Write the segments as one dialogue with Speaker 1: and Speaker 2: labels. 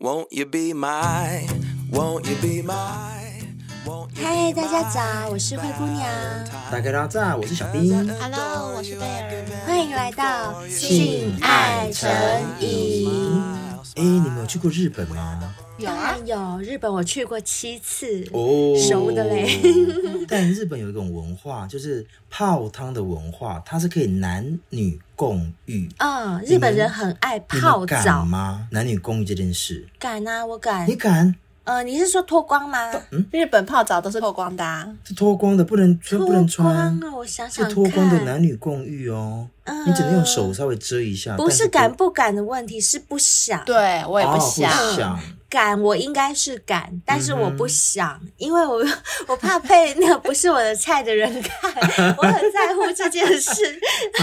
Speaker 1: Won't you be my? Won't you be my? Won't you
Speaker 2: 嗨，
Speaker 1: be
Speaker 2: 大家
Speaker 1: my
Speaker 2: 早，我是灰姑娘，
Speaker 1: Valentine?
Speaker 3: 大家早，我是小兵。
Speaker 4: Hello，我是贝儿。
Speaker 2: 欢迎来到
Speaker 3: 性爱成
Speaker 2: 瘾。
Speaker 3: 哎，你们有去过日本吗？
Speaker 4: 有
Speaker 2: 当
Speaker 4: 啊，
Speaker 2: 然有，日本我去过七次，
Speaker 3: 哦
Speaker 2: 熟的嘞。
Speaker 3: 但日本有一种文化，就是泡汤的文化，它是可以男女共浴。
Speaker 2: 嗯，日本人很爱泡
Speaker 3: 你们敢
Speaker 2: 澡，
Speaker 3: 吗？男女共浴这件事，
Speaker 2: 敢啊，我敢
Speaker 3: 你。敢？
Speaker 2: 呃，你是说脱光吗？
Speaker 3: 呃
Speaker 4: 日本泡澡都是透光的、啊，
Speaker 3: 是脱光的，不能穿，不能穿
Speaker 2: 光。啊！我想想
Speaker 3: 是
Speaker 2: 看，
Speaker 3: 脱光的男女共浴哦，
Speaker 2: 嗯
Speaker 3: 你只能用手稍微遮一下。
Speaker 2: 不
Speaker 3: 但
Speaker 2: 是
Speaker 3: 是
Speaker 2: 敢不敢的问题，是不想。
Speaker 4: 对我也
Speaker 3: 哦
Speaker 4: 不
Speaker 3: 不
Speaker 4: 想。
Speaker 3: 想
Speaker 2: 敢，我应该是敢，但是我
Speaker 3: 嗯
Speaker 2: 不
Speaker 3: 哼
Speaker 2: 想，因为我 我怕被那个不是我的菜的人看， 我很在乎这件事。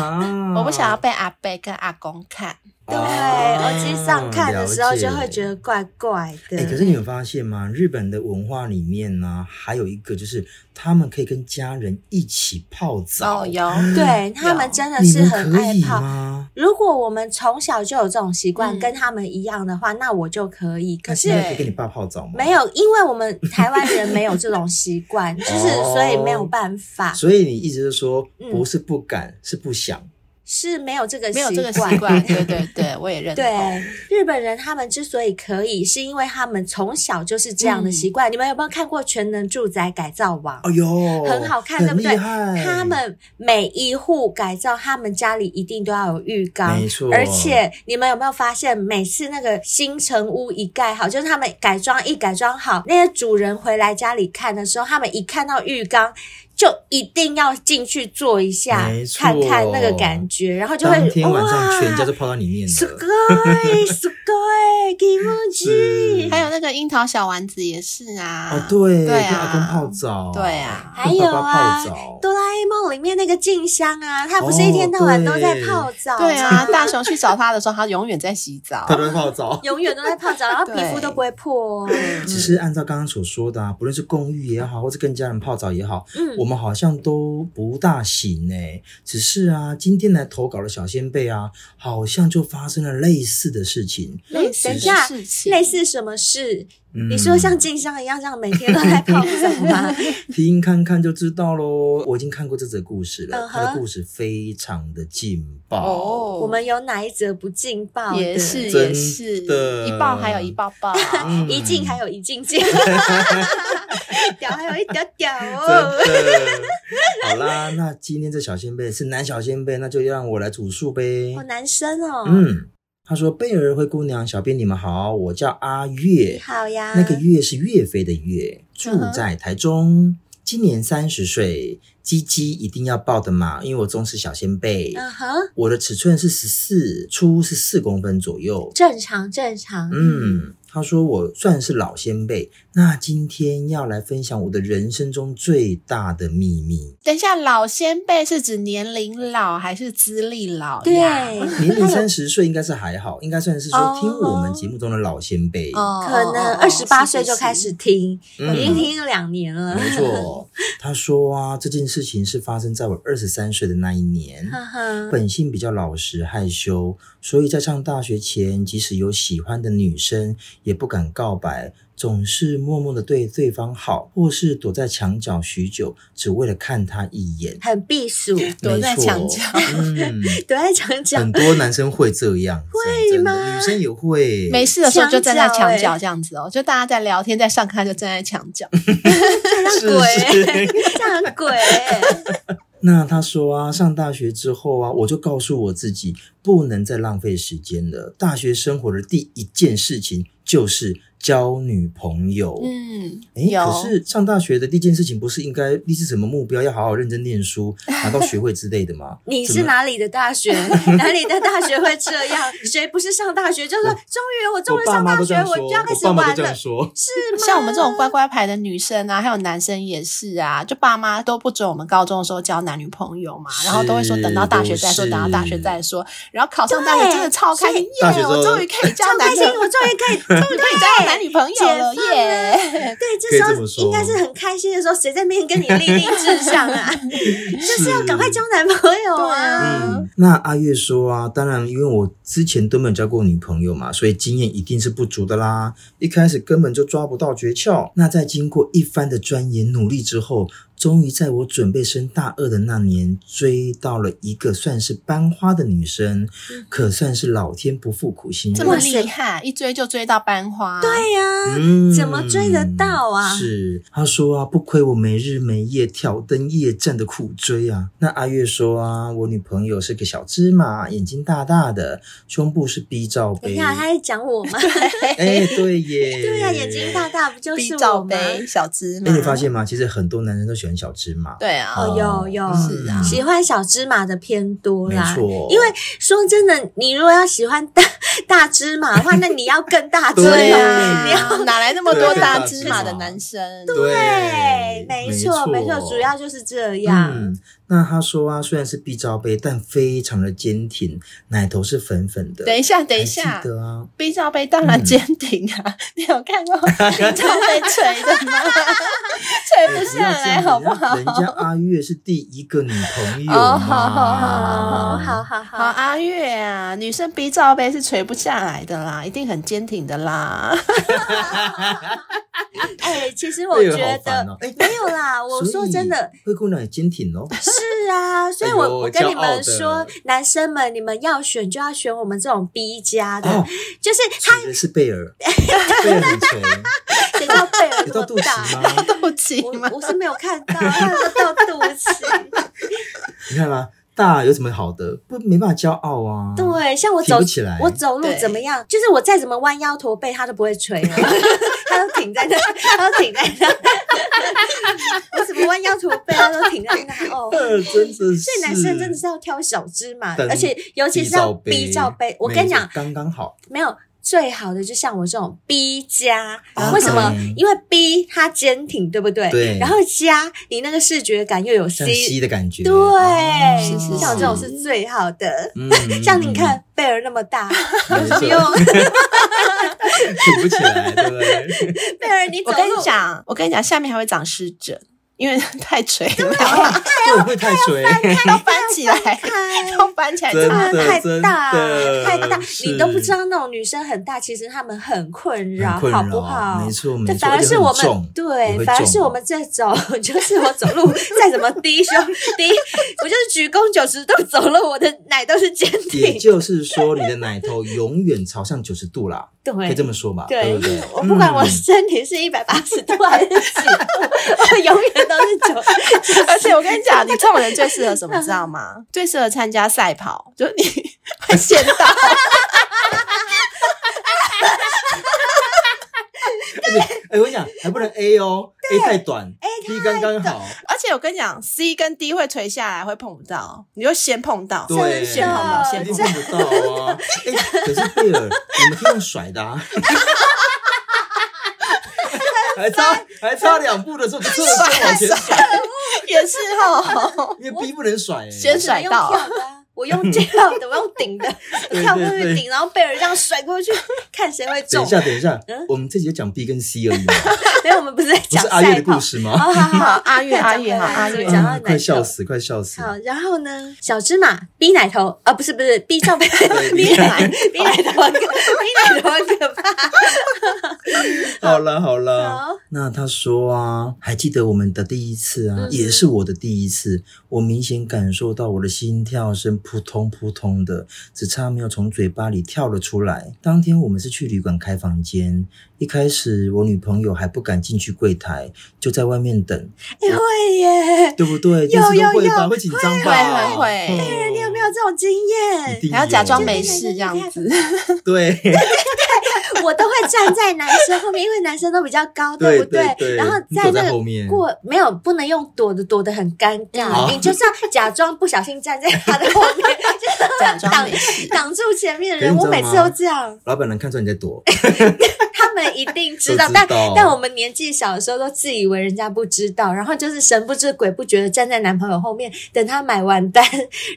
Speaker 3: 啊！
Speaker 4: 我不想要被阿贝跟阿公看，
Speaker 2: 对，
Speaker 3: 哦
Speaker 2: 耳机上看的时候就会觉。
Speaker 3: 了解
Speaker 2: 得怪怪的。
Speaker 3: 哦哎、可是你有发现吗？日本的文化里面呢、还有一个就是他们可以跟家人一起泡澡。
Speaker 4: 哦，有，
Speaker 2: 对他们真的
Speaker 3: 你
Speaker 2: 是
Speaker 3: 们
Speaker 2: 很
Speaker 3: 可
Speaker 2: 爱
Speaker 3: 以
Speaker 2: 泡。
Speaker 3: 吗？
Speaker 2: 如果我们从小就有这种习惯，
Speaker 4: 嗯
Speaker 2: 跟他们一样的话，那我就可以。可
Speaker 3: 那
Speaker 2: 是
Speaker 3: 现在可以跟你爸泡澡吗？
Speaker 2: 没，有，因为我们台湾人没有这种习 惯，就是
Speaker 3: 哦
Speaker 2: 所以没有办法，
Speaker 3: 所以你意思是说，
Speaker 2: 啊嗯
Speaker 3: 不是不敢，是不想。
Speaker 2: 是没有这个
Speaker 4: 没有这个
Speaker 2: 习
Speaker 4: 习
Speaker 2: 惯。
Speaker 4: 惯。对对对，我也认同。
Speaker 2: 对，日本人他们之所以可以，是因为他们从小就是这样的习
Speaker 3: 嗯
Speaker 2: 惯。你们有没有看过《全能住宅改造王》
Speaker 3: 哎呦，
Speaker 2: 很好看对不对
Speaker 3: 很厉害
Speaker 2: 他们每一户改造，他们家里一定都要有浴缸，
Speaker 3: 没错
Speaker 2: 而且你们有没有发现，每次那个新城屋一盖好，就是他们改装一改装好，那些主人回来家里看的时候，他们一看到浴缸。就一定要进去坐一下
Speaker 3: 没，错
Speaker 2: 看看那个感觉，然后就会
Speaker 3: 当天晚上全家
Speaker 2: 哇
Speaker 3: 都泡到里面
Speaker 2: す
Speaker 3: 了
Speaker 2: ご。いすごい気持ちいい
Speaker 3: 是
Speaker 4: 还有那个樱桃小丸子也是啊。
Speaker 3: 哦，对，
Speaker 4: 对啊
Speaker 3: 跟阿公泡澡，
Speaker 4: 对啊
Speaker 2: 还有
Speaker 3: 跟爸爸
Speaker 2: 啊
Speaker 3: 泡澡，
Speaker 2: 哆啦 A 梦里面那个静香啊，她不是一天到晚都
Speaker 3: 哦
Speaker 2: 在泡澡，
Speaker 4: 对啊，大雄去找他的时候，他永远在洗 澡
Speaker 3: 他。都会泡澡。
Speaker 2: 永远都在泡澡，然后皮肤
Speaker 4: 对
Speaker 2: 都不会破、哦。
Speaker 3: 只是按照刚刚所说的啊，不论是公寓也好，或是跟家人泡澡也好，我
Speaker 2: 嗯，
Speaker 3: 们好像都不大行哎、只是啊，今天来投稿的小先辈啊，好像就发生了类似的事情。
Speaker 4: 类似
Speaker 2: 等
Speaker 4: 的
Speaker 2: 一下
Speaker 4: 事情，
Speaker 2: 类似什么事？
Speaker 3: 嗯
Speaker 2: 你说像静香一样，这样每天都在泡澡 吗？
Speaker 3: 听看看就知道喽。我已经看过这则故事
Speaker 2: 嗯
Speaker 3: 了，
Speaker 2: 哼
Speaker 3: 它的故事非常的劲爆。
Speaker 4: 哦，
Speaker 2: 我们有哪一则不劲爆的？
Speaker 4: 也是
Speaker 3: 真
Speaker 4: 也是，
Speaker 3: 的
Speaker 4: 一抱还有一抱抱。
Speaker 3: 嗯
Speaker 2: 一进还有一进 进，一屌还有一屌屌
Speaker 3: 真
Speaker 2: 哦。
Speaker 3: 的，好啦，那今天这小先辈是男小先辈，那就让我来主述 呗。
Speaker 2: 好男生哦，
Speaker 3: 嗯，他说：“贝儿灰姑娘，小编你们好，我叫阿
Speaker 2: 你
Speaker 3: 月，
Speaker 2: 好呀。
Speaker 3: 那个岳是岳飞的岳，住
Speaker 4: 嗯哼
Speaker 3: 在台中，今年三十岁，鸡鸡一定要抱的嘛，因为我中是小先辈，
Speaker 2: 嗯哼，
Speaker 3: 我的尺寸是十四，粗是四公分左右。
Speaker 2: 正常正常。
Speaker 3: 嗯，他说我算是老先辈，那今天要来分享我的人生中最大的秘 密。
Speaker 4: 等一下，老先辈是指年龄老还是资历老
Speaker 2: 对，
Speaker 4: 呀？
Speaker 3: 年龄三十岁应该是还好，应该算是说
Speaker 4: 哦
Speaker 3: 听我们节目中的老先辈。
Speaker 4: 哦，
Speaker 2: 可能
Speaker 4: 哦
Speaker 2: 二十八岁就开，始
Speaker 4: 哦
Speaker 2: 听，
Speaker 3: 嗯
Speaker 2: 已经听了两年
Speaker 4: 嗯
Speaker 2: 了。
Speaker 3: 没错，他说啊，这件事情是发生在我二十三岁的那一年。
Speaker 4: 啊
Speaker 2: 呵呵，
Speaker 3: 本性比较老实害羞，所以在上大学前，即使有喜欢的女生，也不敢告白，总是默默的对对方好，或是躲在墙角许久，只为了看她一眼。
Speaker 2: 很避暑，
Speaker 4: 躲
Speaker 3: 没
Speaker 4: 在
Speaker 3: 错
Speaker 4: 墙角
Speaker 3: 嗯，
Speaker 2: 躲在墙角
Speaker 3: 很。多男生会这样，会
Speaker 2: 吗
Speaker 3: 女生也会，
Speaker 4: 没事的时候就站在
Speaker 2: 墙角
Speaker 4: 墙角这样子哦，就大家在聊天在上课就站在墙角，
Speaker 3: 是
Speaker 2: 鬼
Speaker 3: 是
Speaker 2: 这样很鬼、？
Speaker 3: 那他说啊，上大学之后啊，我就告诉我自己，不能再浪费时间了。大学生活的第一件事情就是交女朋友。
Speaker 4: 嗯，
Speaker 3: 诶
Speaker 4: 有
Speaker 3: 可是上大学的第一件事情不是应该立志什么目标，要好好认真念书，拿到学位之类的吗
Speaker 2: 你是哪里的大 学？哪里的大学会这样？谁不是上大学就说
Speaker 3: 我
Speaker 2: 终于我终
Speaker 3: 我
Speaker 2: 于
Speaker 3: 爸
Speaker 2: 上
Speaker 3: 妈
Speaker 2: 大
Speaker 3: 都这
Speaker 2: 学，
Speaker 3: 样
Speaker 2: 我
Speaker 3: 说，
Speaker 2: 就要开始
Speaker 3: 爸妈
Speaker 2: 玩
Speaker 3: 都这样
Speaker 2: 了，
Speaker 3: 说。
Speaker 2: 是吗？
Speaker 4: 像我们这种乖乖牌的女生啊，还有男生也是啊，就爸妈都不准我们高中的时候交男女朋友嘛，
Speaker 3: 是
Speaker 4: 然后都会说等到大学再说，
Speaker 3: 都是
Speaker 4: 等到大学再说，然后考上大学
Speaker 2: 对
Speaker 4: 真的超开心
Speaker 3: 大学
Speaker 4: 耶！
Speaker 3: 之后
Speaker 4: 我终于可以交
Speaker 2: 超
Speaker 4: 男
Speaker 2: 开
Speaker 4: 朋
Speaker 2: 心，
Speaker 4: 友，
Speaker 2: 我终于可以，
Speaker 4: 终于可以交男女朋友了
Speaker 2: 解放了
Speaker 4: 耶！
Speaker 2: 对，这
Speaker 3: 可以
Speaker 2: 时候
Speaker 3: 这么说
Speaker 2: 应该是很开心的时候，谁在那边跟你立定志向 啊？就是要赶快交男朋友啊！
Speaker 3: 嗯，那阿月说啊，当然，因为我之前都没有交过女朋友嘛，所以经验一定是不足的啦。一开始根本就抓不到诀窍。那在经过一番的钻研努力之后，终于在我准备升大二的那年，追到了一个算是班花的女生，可算是老天不负苦心人。
Speaker 4: 这么厉害，一追就追到班花，对，
Speaker 2: 对啊呀、
Speaker 3: 嗯
Speaker 2: 怎么追得到啊
Speaker 3: 是，他说啊，不亏我没日没夜挑灯夜战的苦追啊。那阿月说啊，我女朋友是个小芝麻，眼睛大大的，胸部是 B 罩
Speaker 2: 等一
Speaker 3: 杯。
Speaker 2: 下，他在讲我吗？
Speaker 3: 哎， 对耶，
Speaker 2: 哎
Speaker 3: 哎
Speaker 2: 对呀、眼睛大。大不就
Speaker 4: B
Speaker 2: 是
Speaker 4: 罩
Speaker 2: 我吗？
Speaker 4: 杯小芝麻，
Speaker 3: 哎，你发现吗？其实很多男生都喜欢小芝麻。嗯
Speaker 4: 对啊，
Speaker 2: 哦，有有，
Speaker 4: 是啊
Speaker 2: 喜欢小芝麻的偏多啦。
Speaker 3: 没错
Speaker 2: 因为说真的，你如果要喜欢大 大芝麻的话，那你要更 大芝麻。
Speaker 3: 对
Speaker 4: 啊
Speaker 2: 你要
Speaker 4: 哪来那么多
Speaker 3: 对
Speaker 4: 大
Speaker 3: 大
Speaker 4: 芝
Speaker 3: 芝
Speaker 4: 麻
Speaker 3: 麻
Speaker 4: 的男生？
Speaker 2: 对
Speaker 3: 对，
Speaker 2: 没错，没错，主要就是这样。
Speaker 3: 嗯，那他说啊，虽然是 B 罩杯，但非常的坚挺，奶头是粉粉的。
Speaker 4: 等一下，等一
Speaker 3: 还
Speaker 4: 下
Speaker 3: 记得啊，
Speaker 4: ，B 罩杯当然坚挺啊！你有看 过 B 罩杯垂的吗？垂不
Speaker 3: 不要
Speaker 4: 下
Speaker 3: 这
Speaker 4: 来，
Speaker 3: 样，
Speaker 4: 好不好？
Speaker 3: 人家人家阿月是第一个女朋友
Speaker 4: 哦
Speaker 3: 嘛，
Speaker 4: 好好
Speaker 3: 啊
Speaker 2: 哦，好好
Speaker 4: 好，
Speaker 2: 好，
Speaker 4: 阿月啊，女生 B 罩杯是垂不下来的啦，一定很坚挺的啦。
Speaker 2: 哎，其实我
Speaker 3: 这
Speaker 2: 觉
Speaker 3: 个好烦
Speaker 2: 得
Speaker 3: 哦。哎
Speaker 2: 没有 啦，我
Speaker 3: 所
Speaker 2: 说
Speaker 3: 以
Speaker 2: 真的，
Speaker 3: 灰姑娘也坚挺哦。
Speaker 2: 是啊，所以
Speaker 3: 哎
Speaker 2: 我
Speaker 3: 呦
Speaker 2: 我跟你
Speaker 3: 骄傲
Speaker 2: 们
Speaker 3: 的
Speaker 2: 说，男生们，你们要选就要选我们这种 B 加的
Speaker 3: 哦，，
Speaker 2: 就是
Speaker 3: 垂的是贝尔，贝尔很垂，
Speaker 2: 他谁叫贝 尔
Speaker 3: 有
Speaker 2: 那
Speaker 3: 到
Speaker 2: 么
Speaker 3: 肚脐
Speaker 2: 大？
Speaker 3: 吗？
Speaker 4: 肚脐吗
Speaker 2: 我？我是没有看到，他有到肚脐。
Speaker 3: 你看吗？大有什么好的？不，没办法骄傲啊。
Speaker 2: 对，像我
Speaker 3: 提
Speaker 2: 走
Speaker 3: 不起来
Speaker 2: 我走路
Speaker 4: 对
Speaker 2: 怎么样？就是我再怎么弯腰驼背，它都不会垂了， 它都挺在那，它都挺在那。 我怎么弯腰驼背，它都挺在那。哦，
Speaker 3: 呃，真的是。
Speaker 2: 所以男生真的是要挑小芝麻，
Speaker 3: 等
Speaker 2: 而且尤其是要 B 罩杯。我跟你
Speaker 3: 没
Speaker 2: 讲
Speaker 3: 错，刚刚好。
Speaker 2: 没有。最好的就像我这种 B 加，
Speaker 3: 啊
Speaker 2: 为什么
Speaker 3: 对？
Speaker 2: 因为 B 它坚挺，对不对？
Speaker 3: 对
Speaker 2: 然后加你那个视觉感又有 C，
Speaker 3: 像吸的感觉，
Speaker 2: 对，
Speaker 3: 哦
Speaker 4: 是是
Speaker 2: 像我这种是最好的。像你，看贝尔那么大，
Speaker 3: 嗯
Speaker 2: 有什么
Speaker 3: 没错
Speaker 2: 用？
Speaker 3: 挺不起来，对不对？
Speaker 2: 贝尔，啊你走
Speaker 4: 我跟你
Speaker 2: 路
Speaker 4: 讲，我跟你讲，下面还会长湿疹，因为太垂了，
Speaker 3: 会不会太垂？
Speaker 4: 要翻起来，
Speaker 2: 开。
Speaker 4: 要翻起来
Speaker 3: 真
Speaker 4: 擦
Speaker 2: 啊，
Speaker 3: 的
Speaker 2: 太
Speaker 3: 真
Speaker 2: 大
Speaker 3: 的
Speaker 2: 太大，
Speaker 3: 是
Speaker 2: 你都不知道那种女生很大，其实她们很困扰，
Speaker 3: 很困
Speaker 2: 好
Speaker 3: 扰，
Speaker 2: 不好？
Speaker 3: 没错，没
Speaker 2: 这
Speaker 3: 错，
Speaker 2: 反而是我
Speaker 3: 而且很
Speaker 2: 们
Speaker 3: 重也
Speaker 2: 对，
Speaker 3: 会
Speaker 2: 反而
Speaker 3: 重哦
Speaker 2: 是我们这种， 就是我走路再怎么低胸低，我就是鞠躬九十度走路，我的奶都是坚
Speaker 3: 也
Speaker 2: 挺。
Speaker 3: 就是说，你的奶头永远朝向九十度啦，可以这
Speaker 2: 对
Speaker 3: 么说吧？对
Speaker 2: 对
Speaker 3: 不对，？
Speaker 2: 我不管我
Speaker 3: 嗯
Speaker 2: 身体是一百八十度还是几度，我永远都是九
Speaker 4: 而且我跟你讲， 你这种人最适合什么，知道吗？最适合参加赛跑，就是你会先到。
Speaker 3: 而且，哎，我跟你讲，还不能 A 哦，A 太短，B 刚刚好，
Speaker 4: 而且我跟你讲，C 跟 D 会垂下来，会碰不到，你就先碰到，
Speaker 3: 对，
Speaker 4: 先碰到，先
Speaker 3: 一
Speaker 4: 碰
Speaker 3: 定
Speaker 4: 到。
Speaker 3: 碰不到啊！哎，可是贝尔，你们可以用甩的啊， 还差还差两步的时候，就侧身往前甩，
Speaker 4: 也是哦，
Speaker 3: 因为 B 不能甩，哎
Speaker 4: 先甩到
Speaker 2: 我只能用跳的啊我用跳的，我用顶的，我
Speaker 3: 对
Speaker 2: 跳过去
Speaker 3: 对
Speaker 2: 顶，然后贝尔这样甩过去，看谁会
Speaker 3: 等
Speaker 2: 中
Speaker 3: 一。下，等一下
Speaker 2: 嗯，
Speaker 3: 我们这集就讲 B 跟 C 而已嘛，
Speaker 2: 没有，我们不是在
Speaker 3: 不
Speaker 2: 讲
Speaker 3: 是阿月
Speaker 2: 赛
Speaker 3: 的
Speaker 2: 跑
Speaker 3: 故。事
Speaker 2: 哦，
Speaker 3: 吗？
Speaker 2: 好好好，
Speaker 4: 阿月
Speaker 2: 再讲
Speaker 4: 阿月
Speaker 2: 回来
Speaker 4: 好阿月
Speaker 2: 讲到
Speaker 3: 啊
Speaker 2: 奶
Speaker 3: 快
Speaker 2: 头
Speaker 3: 笑。死，快笑死！
Speaker 2: 好，然后呢，小芝麻 B 奶头啊，不是不是 B 罩杯 B
Speaker 3: ，B
Speaker 2: 奶 B 奶头很可 B 奶头哦很可怕。
Speaker 3: 好了好了，
Speaker 2: 好
Speaker 3: 那他说啊，还记得我们的第一次啊，
Speaker 2: 嗯
Speaker 3: 也是我的第一次，我明显感受到我的心跳声扑通扑通的，只差没有从嘴巴里跳了出来。当天我们是去旅馆开房间，一开始我女朋友还不敢进去柜台，就在外面等，
Speaker 2: 哎会耶，
Speaker 3: 对不
Speaker 2: 有
Speaker 3: 对？电视都会
Speaker 2: 有
Speaker 3: 吧，会紧张吧？
Speaker 4: 会会会
Speaker 3: 嗯
Speaker 2: 你有没有这种经验
Speaker 3: 一？定
Speaker 4: 还要假装
Speaker 3: 有
Speaker 4: 没事这样子。
Speaker 3: 对，
Speaker 2: 我都会站在男生后面，因为男生都比较高，
Speaker 3: 对
Speaker 2: 不对？
Speaker 3: 对对
Speaker 2: 然后
Speaker 3: 你走在
Speaker 2: 那
Speaker 3: 后
Speaker 2: 个
Speaker 3: 面
Speaker 2: 过没有不能用躲的，躲得很尴尬，
Speaker 3: 好
Speaker 2: 你就是要假装不小心站在他的后面，就是
Speaker 4: 假装
Speaker 2: 挡
Speaker 4: 没事。
Speaker 2: 挡住前面的
Speaker 3: 可是
Speaker 2: 人。
Speaker 3: 你
Speaker 2: 我
Speaker 3: 知道
Speaker 2: 每次都这样，
Speaker 3: 老板能看出你在躲，
Speaker 2: 他们一定知道
Speaker 3: 都，知
Speaker 2: 但
Speaker 3: 道
Speaker 2: 但我们年纪小的时候都自以为人家不知道，然后就是神不知鬼不觉的站在男朋友后面，等他买完单，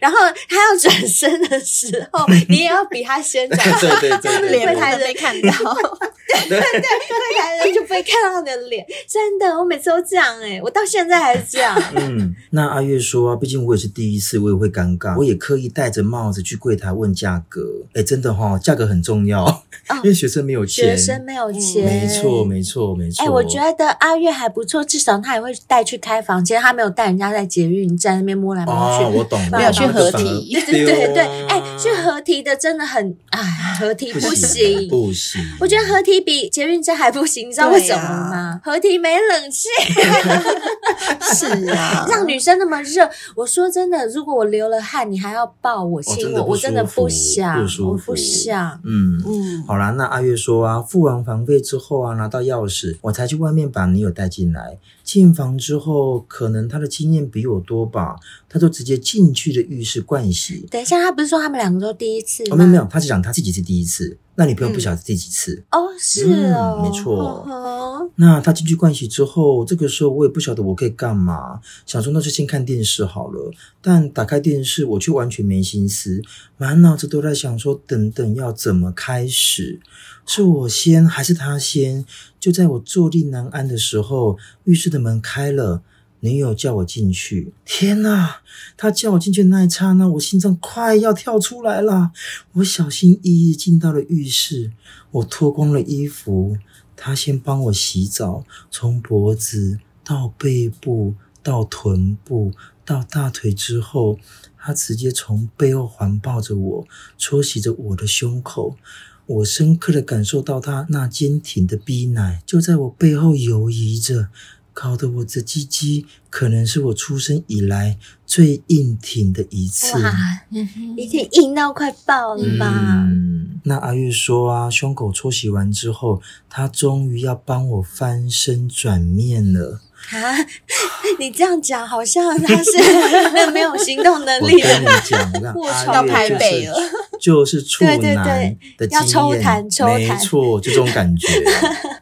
Speaker 2: 然后 他要转身的时候，你也要比他先转身。
Speaker 3: 对对对对，
Speaker 2: 脸
Speaker 4: 脸
Speaker 2: 不
Speaker 4: 不
Speaker 2: 能
Speaker 4: 能
Speaker 2: 被
Speaker 4: 被看然后
Speaker 2: 对，来了就不会看到你的脸。真的，我每次都这样哎、我到现在还是这样。
Speaker 3: 嗯，那阿月说啊，毕竟我也是第一次，我也会尴尬，我也刻意戴着帽子去柜台问价格。哎，真的哈、价格很重要， 因为学生没 有
Speaker 2: 哦学
Speaker 3: 钱。
Speaker 2: 生没有钱，
Speaker 3: 没错，没错，没错。
Speaker 2: 哎、我觉得阿月还不错，至少他也会带去开房间，他没有带人家在捷运站那边摸来摸去。
Speaker 3: 哦，我懂了，
Speaker 2: 没有去
Speaker 4: 合
Speaker 3: 反而
Speaker 4: 体
Speaker 2: 对对啊对，
Speaker 3: 啊
Speaker 2: 哎、去合体的真的很，哎，合体不行。
Speaker 3: 不行。
Speaker 2: 我觉得合体比捷运站还不行，你知道为什么
Speaker 4: 对
Speaker 2: 吗？合体没冷气，
Speaker 4: 是啊，
Speaker 2: 让女生那么热。我说真的，如果我流了汗，你还要抱我亲
Speaker 3: 真
Speaker 2: 我，
Speaker 3: 的
Speaker 2: 我
Speaker 3: 不
Speaker 2: 哦真的
Speaker 3: 舒服
Speaker 2: 不想
Speaker 3: 不，舒
Speaker 2: 我不
Speaker 3: 服
Speaker 2: 想。
Speaker 3: 嗯。
Speaker 4: 嗯，
Speaker 3: 好啦，那阿月说啊，付完房费之后啊，拿到钥匙，我才去外面把女友带进来。进房之后，可能他的经验比我多吧，他就直接进去的浴室盥洗。
Speaker 2: 等一下，他不是说他们两个都第一次吗？
Speaker 3: 哦，没有没有，他是讲他自己是第一次，那你朋友不晓得是第几次。
Speaker 2: 哦，是
Speaker 3: 嗯
Speaker 2: 哦，
Speaker 3: 没错
Speaker 2: 呵呵
Speaker 3: 那他进去盥洗之后，这个时候我也不晓得我可以干嘛，想说那就先看电视好了。但打开电视，我却完全没心思，满脑子都在想说，等等要怎么开始？是我先还是他先？就在我坐立难安的时候，浴室的门开了。女友叫我进去，天哪！她叫我进去的那一刹那，我心脏快要跳出来了。我小心翼翼进到了浴室，我脱光了衣服，他先帮我洗澡，从脖子到背部到臀部到大腿之后，他直接从背后环抱着我，搓洗着我的胸口。我深刻的感受到他那坚挺的逼奶就在我背后游移着，搞得我这鸡鸡可能是我出生以来最硬挺的一次。
Speaker 2: 哇，
Speaker 4: 嗯哼
Speaker 2: 一定硬到快爆了吧？
Speaker 3: 嗯，那阿玉说啊，胸口搓洗完之后，他终于要帮我翻身转面了。
Speaker 2: 啊，你这样讲好像他 是没有行动能
Speaker 3: 我
Speaker 2: 力
Speaker 3: 跟你
Speaker 2: 的。
Speaker 3: 讲，让
Speaker 2: 我
Speaker 3: 阿
Speaker 2: 到
Speaker 3: 月
Speaker 4: 台
Speaker 3: 就是
Speaker 4: 北了
Speaker 3: 就是处
Speaker 2: 对对
Speaker 3: 男的
Speaker 2: 对要抽
Speaker 3: 经验
Speaker 2: 痰抽
Speaker 3: 没
Speaker 2: 痰
Speaker 3: 错，就这种 感觉。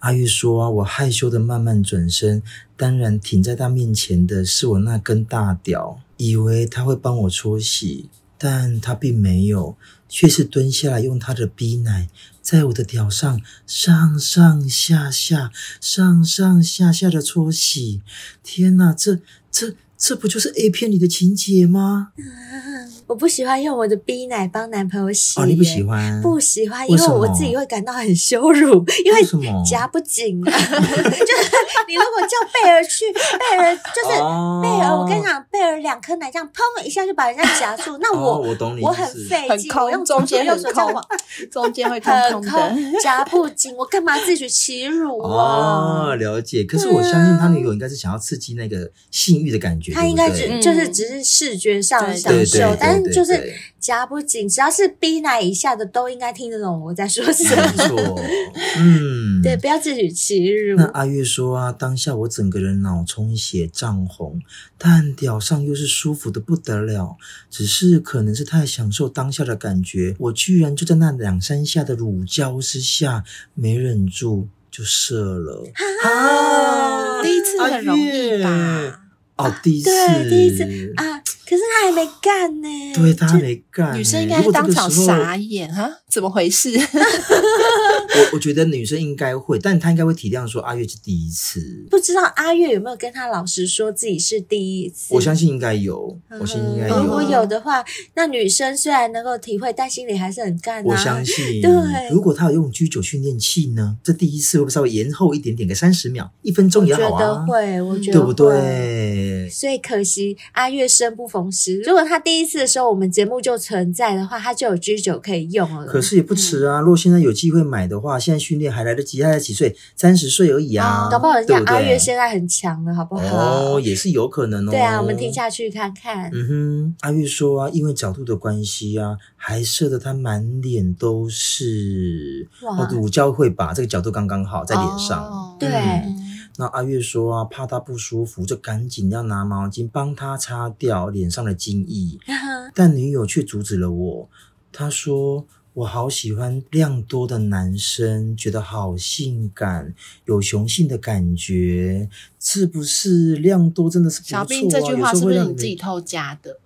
Speaker 3: 阿玉说啊，我害羞的慢慢转身，当然停在他面前的是我那根大屌，以为他会帮我搓洗，但他并没有，却是蹲下来用他的逼奶在我的屌上上上下下、上上下下的搓洗。天哪，这这这不就是 A 片里的情节吗？
Speaker 2: 我不喜欢用我的逼奶帮男朋友洗、
Speaker 3: 哦，你不喜？欢？
Speaker 2: 不喜欢，因
Speaker 3: 为什
Speaker 2: 为
Speaker 3: 么
Speaker 2: 我自己会感到很羞辱，因为
Speaker 3: 为什么
Speaker 2: 夹不紧、啊。 就是你如果叫贝儿去，贝儿就是。
Speaker 3: 哦
Speaker 2: 贝尔，我跟你讲，贝尔两颗奶这样砰一下就把人家夹住，那
Speaker 3: 哦
Speaker 2: 我、
Speaker 3: 我懂你
Speaker 2: 我
Speaker 3: 意
Speaker 2: 很
Speaker 3: 思
Speaker 2: 费
Speaker 4: 很
Speaker 2: 劲，我用
Speaker 4: 空，中间
Speaker 2: 右
Speaker 4: 很
Speaker 2: 手这样
Speaker 4: 空
Speaker 2: 往，
Speaker 4: 中间会空
Speaker 2: 很
Speaker 4: 空的。
Speaker 2: 空，夹不紧，我干嘛自取其辱啊？
Speaker 3: 哦，了解。可是我相信他女友应该是想要刺激那个性欲的感觉，
Speaker 2: 他应该只
Speaker 3: 对不对
Speaker 4: 嗯
Speaker 2: 就是只是视觉上的享
Speaker 3: 对对
Speaker 2: 受
Speaker 3: 对，
Speaker 2: 但是
Speaker 3: 对
Speaker 2: 就是
Speaker 3: 对
Speaker 2: 夹不紧，只要是 B 奶以下的都应该听得懂我在说什么。
Speaker 3: 没错， 嗯，
Speaker 2: 对，。不要自取其辱
Speaker 3: 那。阿月说啊，当下我整个人脑充血涨红，但屌上又是舒服的不得了。只是可能是太享受当下的感觉，我居然就在那两三下的乳胶之下没忍住就射了。啊
Speaker 4: 第一次很容易吧？啊
Speaker 3: 阿月哦，第一次，
Speaker 2: 对，第一次啊，可是他还没干呢。
Speaker 3: 对他没干欸、
Speaker 4: 女生应该
Speaker 3: 如
Speaker 4: 会
Speaker 3: 果这
Speaker 4: 当
Speaker 3: 个
Speaker 4: 场
Speaker 3: 时候
Speaker 4: 傻眼哈，怎么回事？
Speaker 3: 我我觉得女生应该会，但她应该会体谅说阿月是第一次。
Speaker 2: 不知道阿月有没有跟他老师说自己是第一次？
Speaker 3: 我相信应该有，
Speaker 2: 嗯
Speaker 3: 我相信应该
Speaker 4: 嗯
Speaker 2: 如果
Speaker 3: 有，啊
Speaker 2: 有的话，那女生虽然能够体会，但心里还是很干
Speaker 3: 我
Speaker 2: 啊
Speaker 3: 相。信。
Speaker 2: 对
Speaker 3: 如果她有用居酒训练器呢，这第一次会不会稍微延后一点点，个三十秒、一分钟也
Speaker 2: 觉
Speaker 3: 好
Speaker 2: 得
Speaker 3: 啊，
Speaker 2: 会，我觉得
Speaker 3: 对不
Speaker 2: 会
Speaker 3: 对？
Speaker 2: 所以可惜阿月生不逢时。如果他第一次的时候我们节目就存在的话，他就有 G 酒可以用了。
Speaker 3: 可是也不迟
Speaker 2: 嗯
Speaker 3: 啊，如果现在有机会买的话，现在训练还来得及，还才几岁，三十岁而已啊，
Speaker 4: 嗯
Speaker 2: 搞不好人家
Speaker 3: 对不对
Speaker 2: 阿月现在很强了，好不好？
Speaker 3: 哦，也是有可能哦。
Speaker 2: 对啊，我们听下去看看。
Speaker 3: 嗯哼，阿玉说啊，因为角度的关系啊，还射得他满脸都是。
Speaker 2: 哇
Speaker 3: 哦，乳胶会把这个角度刚刚好在脸上。
Speaker 4: 哦
Speaker 2: 对
Speaker 3: 嗯那阿月说啊，怕他不舒服，就赶紧要拿毛巾帮他擦掉脸上的精液，但女友却阻止了我。她说：“我好喜欢量多的男生，觉得好性感，有雄性的感觉，是不是量多真的是不错、啊？
Speaker 4: 小兵这句话
Speaker 3: 有时
Speaker 4: 是
Speaker 3: 候
Speaker 4: 不
Speaker 3: 会
Speaker 4: 是
Speaker 3: 让
Speaker 4: 你自己
Speaker 3: 们？
Speaker 4: 偷加的？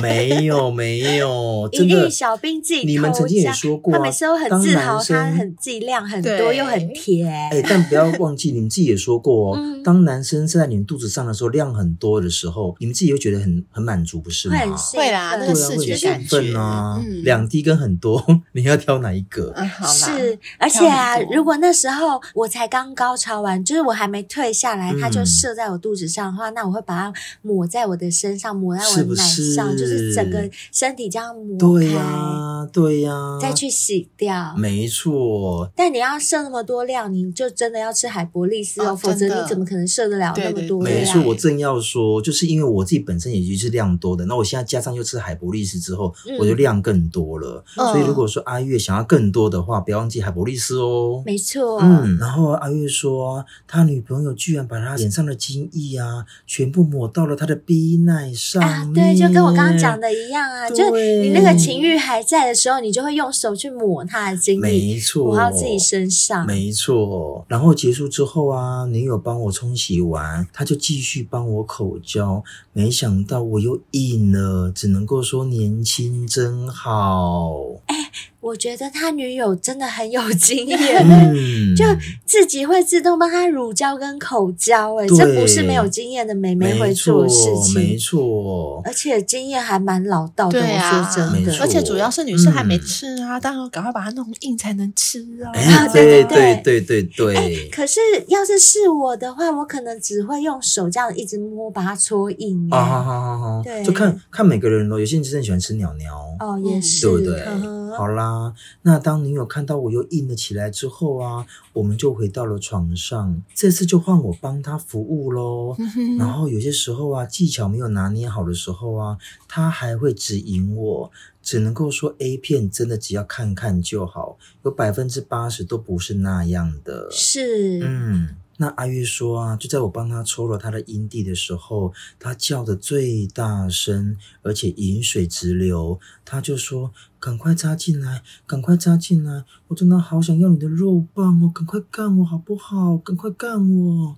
Speaker 3: 没有没有，
Speaker 2: 一
Speaker 3: 真的
Speaker 2: 定小兵自己
Speaker 3: 你们
Speaker 2: 偷
Speaker 3: 曾经也
Speaker 2: 加
Speaker 3: 说过、啊，
Speaker 2: 他每次都很
Speaker 3: 当
Speaker 2: 自
Speaker 3: 男
Speaker 2: 豪，他
Speaker 3: 生
Speaker 2: 很剂量很多
Speaker 4: 对
Speaker 2: 又很甜
Speaker 3: 哎、。但不要忘记，你们自己也说过哦，
Speaker 2: 嗯
Speaker 3: 当男生是在你们肚子上的时候，量很多的时候，你们自己会觉得很很满足，不是吗？
Speaker 2: 会很
Speaker 3: 对
Speaker 2: 兴
Speaker 4: 会啦，
Speaker 2: 奋
Speaker 3: 啊，
Speaker 4: 那
Speaker 2: 对
Speaker 4: 个视
Speaker 3: 会
Speaker 4: 觉
Speaker 3: 很
Speaker 4: 感
Speaker 3: 兴
Speaker 4: 觉
Speaker 3: 奋啊，
Speaker 4: 嗯
Speaker 3: 两滴跟很多， 你要挑哪一个？
Speaker 4: 嗯，好啦，
Speaker 2: 是，而
Speaker 4: 差
Speaker 2: 且啊
Speaker 4: 不，多
Speaker 2: 如果那时候我才刚高潮完，就是我还没退下来，它就
Speaker 3: 嗯
Speaker 2: 射在我肚子上的话，那我会把它抹在我的身上，抹在我
Speaker 3: 是
Speaker 2: 的
Speaker 3: 不
Speaker 2: 奶上，就是整个
Speaker 3: 是
Speaker 2: 身体这样抹
Speaker 3: 对
Speaker 2: 开，
Speaker 3: 呀、对呀、
Speaker 2: 再去洗掉。
Speaker 3: 没错，
Speaker 2: 但你要射那么多量，你就真的要吃海博利斯哦，
Speaker 4: 哦
Speaker 2: 否则
Speaker 4: 真的
Speaker 2: 你怎么可能射得了那么多
Speaker 4: 对
Speaker 3: 没
Speaker 4: 啊
Speaker 3: 错，
Speaker 2: 量？
Speaker 3: 我正要说，就是因为我自己本身也就是量多的，那我现在加上又吃海博利斯之后，
Speaker 2: 嗯
Speaker 3: 我就量更多了。
Speaker 4: 嗯
Speaker 3: 所以如果说阿月想要更多的话，不要忘记海博利斯哦。
Speaker 2: 没错，
Speaker 3: 嗯，然后阿月说，他女朋友居然把他脸上的精液啊，全部抹到了他的 B 奶上
Speaker 2: 啊，对，就跟我刚刚讲
Speaker 3: 的，
Speaker 2: 的一样啊，
Speaker 3: 对
Speaker 2: 就是你那个情欲还在的时候，你就会用手去抹它的精液，
Speaker 3: 没错，
Speaker 2: 抹到自己身上。
Speaker 3: 没错。然后结束之后啊，女友帮我冲洗完，他就继续帮我口交，没想到我又硬了，只能够说年轻真好。
Speaker 2: 哎我觉得他女友真的很有 经验，
Speaker 3: 嗯，
Speaker 2: 就自己会自动帮他乳胶跟口交、欸，哎，
Speaker 3: 对
Speaker 2: 这不是没有经验的美眉会
Speaker 3: 没
Speaker 2: 做
Speaker 3: 错
Speaker 2: 的事，
Speaker 3: 没
Speaker 2: 情，
Speaker 3: 错。
Speaker 2: 而且经验还蛮老道的。
Speaker 4: 对啊
Speaker 2: 我说真
Speaker 3: 没
Speaker 2: 的
Speaker 3: 错，
Speaker 4: 而且主要是女生还没
Speaker 3: 嗯
Speaker 4: 吃啊，当然赶快把它弄硬才能吃啊。
Speaker 3: 哎，
Speaker 2: 对
Speaker 3: 对
Speaker 2: 对哎
Speaker 3: 对对对对，
Speaker 2: 可是要是是我的话，我可能只会用手这样一直摸，把它搓硬、欸。
Speaker 3: 啊，好好好好
Speaker 2: 对，
Speaker 3: 就看看每个人咯。有些人真的喜欢吃鸟鸟，
Speaker 2: 哦，也
Speaker 4: 嗯
Speaker 2: 是，
Speaker 3: 对不对啊
Speaker 2: 呵？呵
Speaker 3: 好啦，那当女友看到我又硬了起来之后啊，我们就回到了床上。这次就换我帮她服务喽。
Speaker 4: 嗯哼
Speaker 3: 然后有些时候啊，技巧没有拿捏好的时候啊，她还会指引我，只能够说 A 片真的只要看看就好，有百分之八十都不是那样的。
Speaker 2: 是、
Speaker 3: 嗯，那阿月说啊，就在我帮他抽了他的阴蒂的时候，他叫的最大声，而且饮水直流。他就说：“赶快扎进来，赶快扎进来！我真的好想要你的肉棒哦，赶快干我好不好？赶快干我！”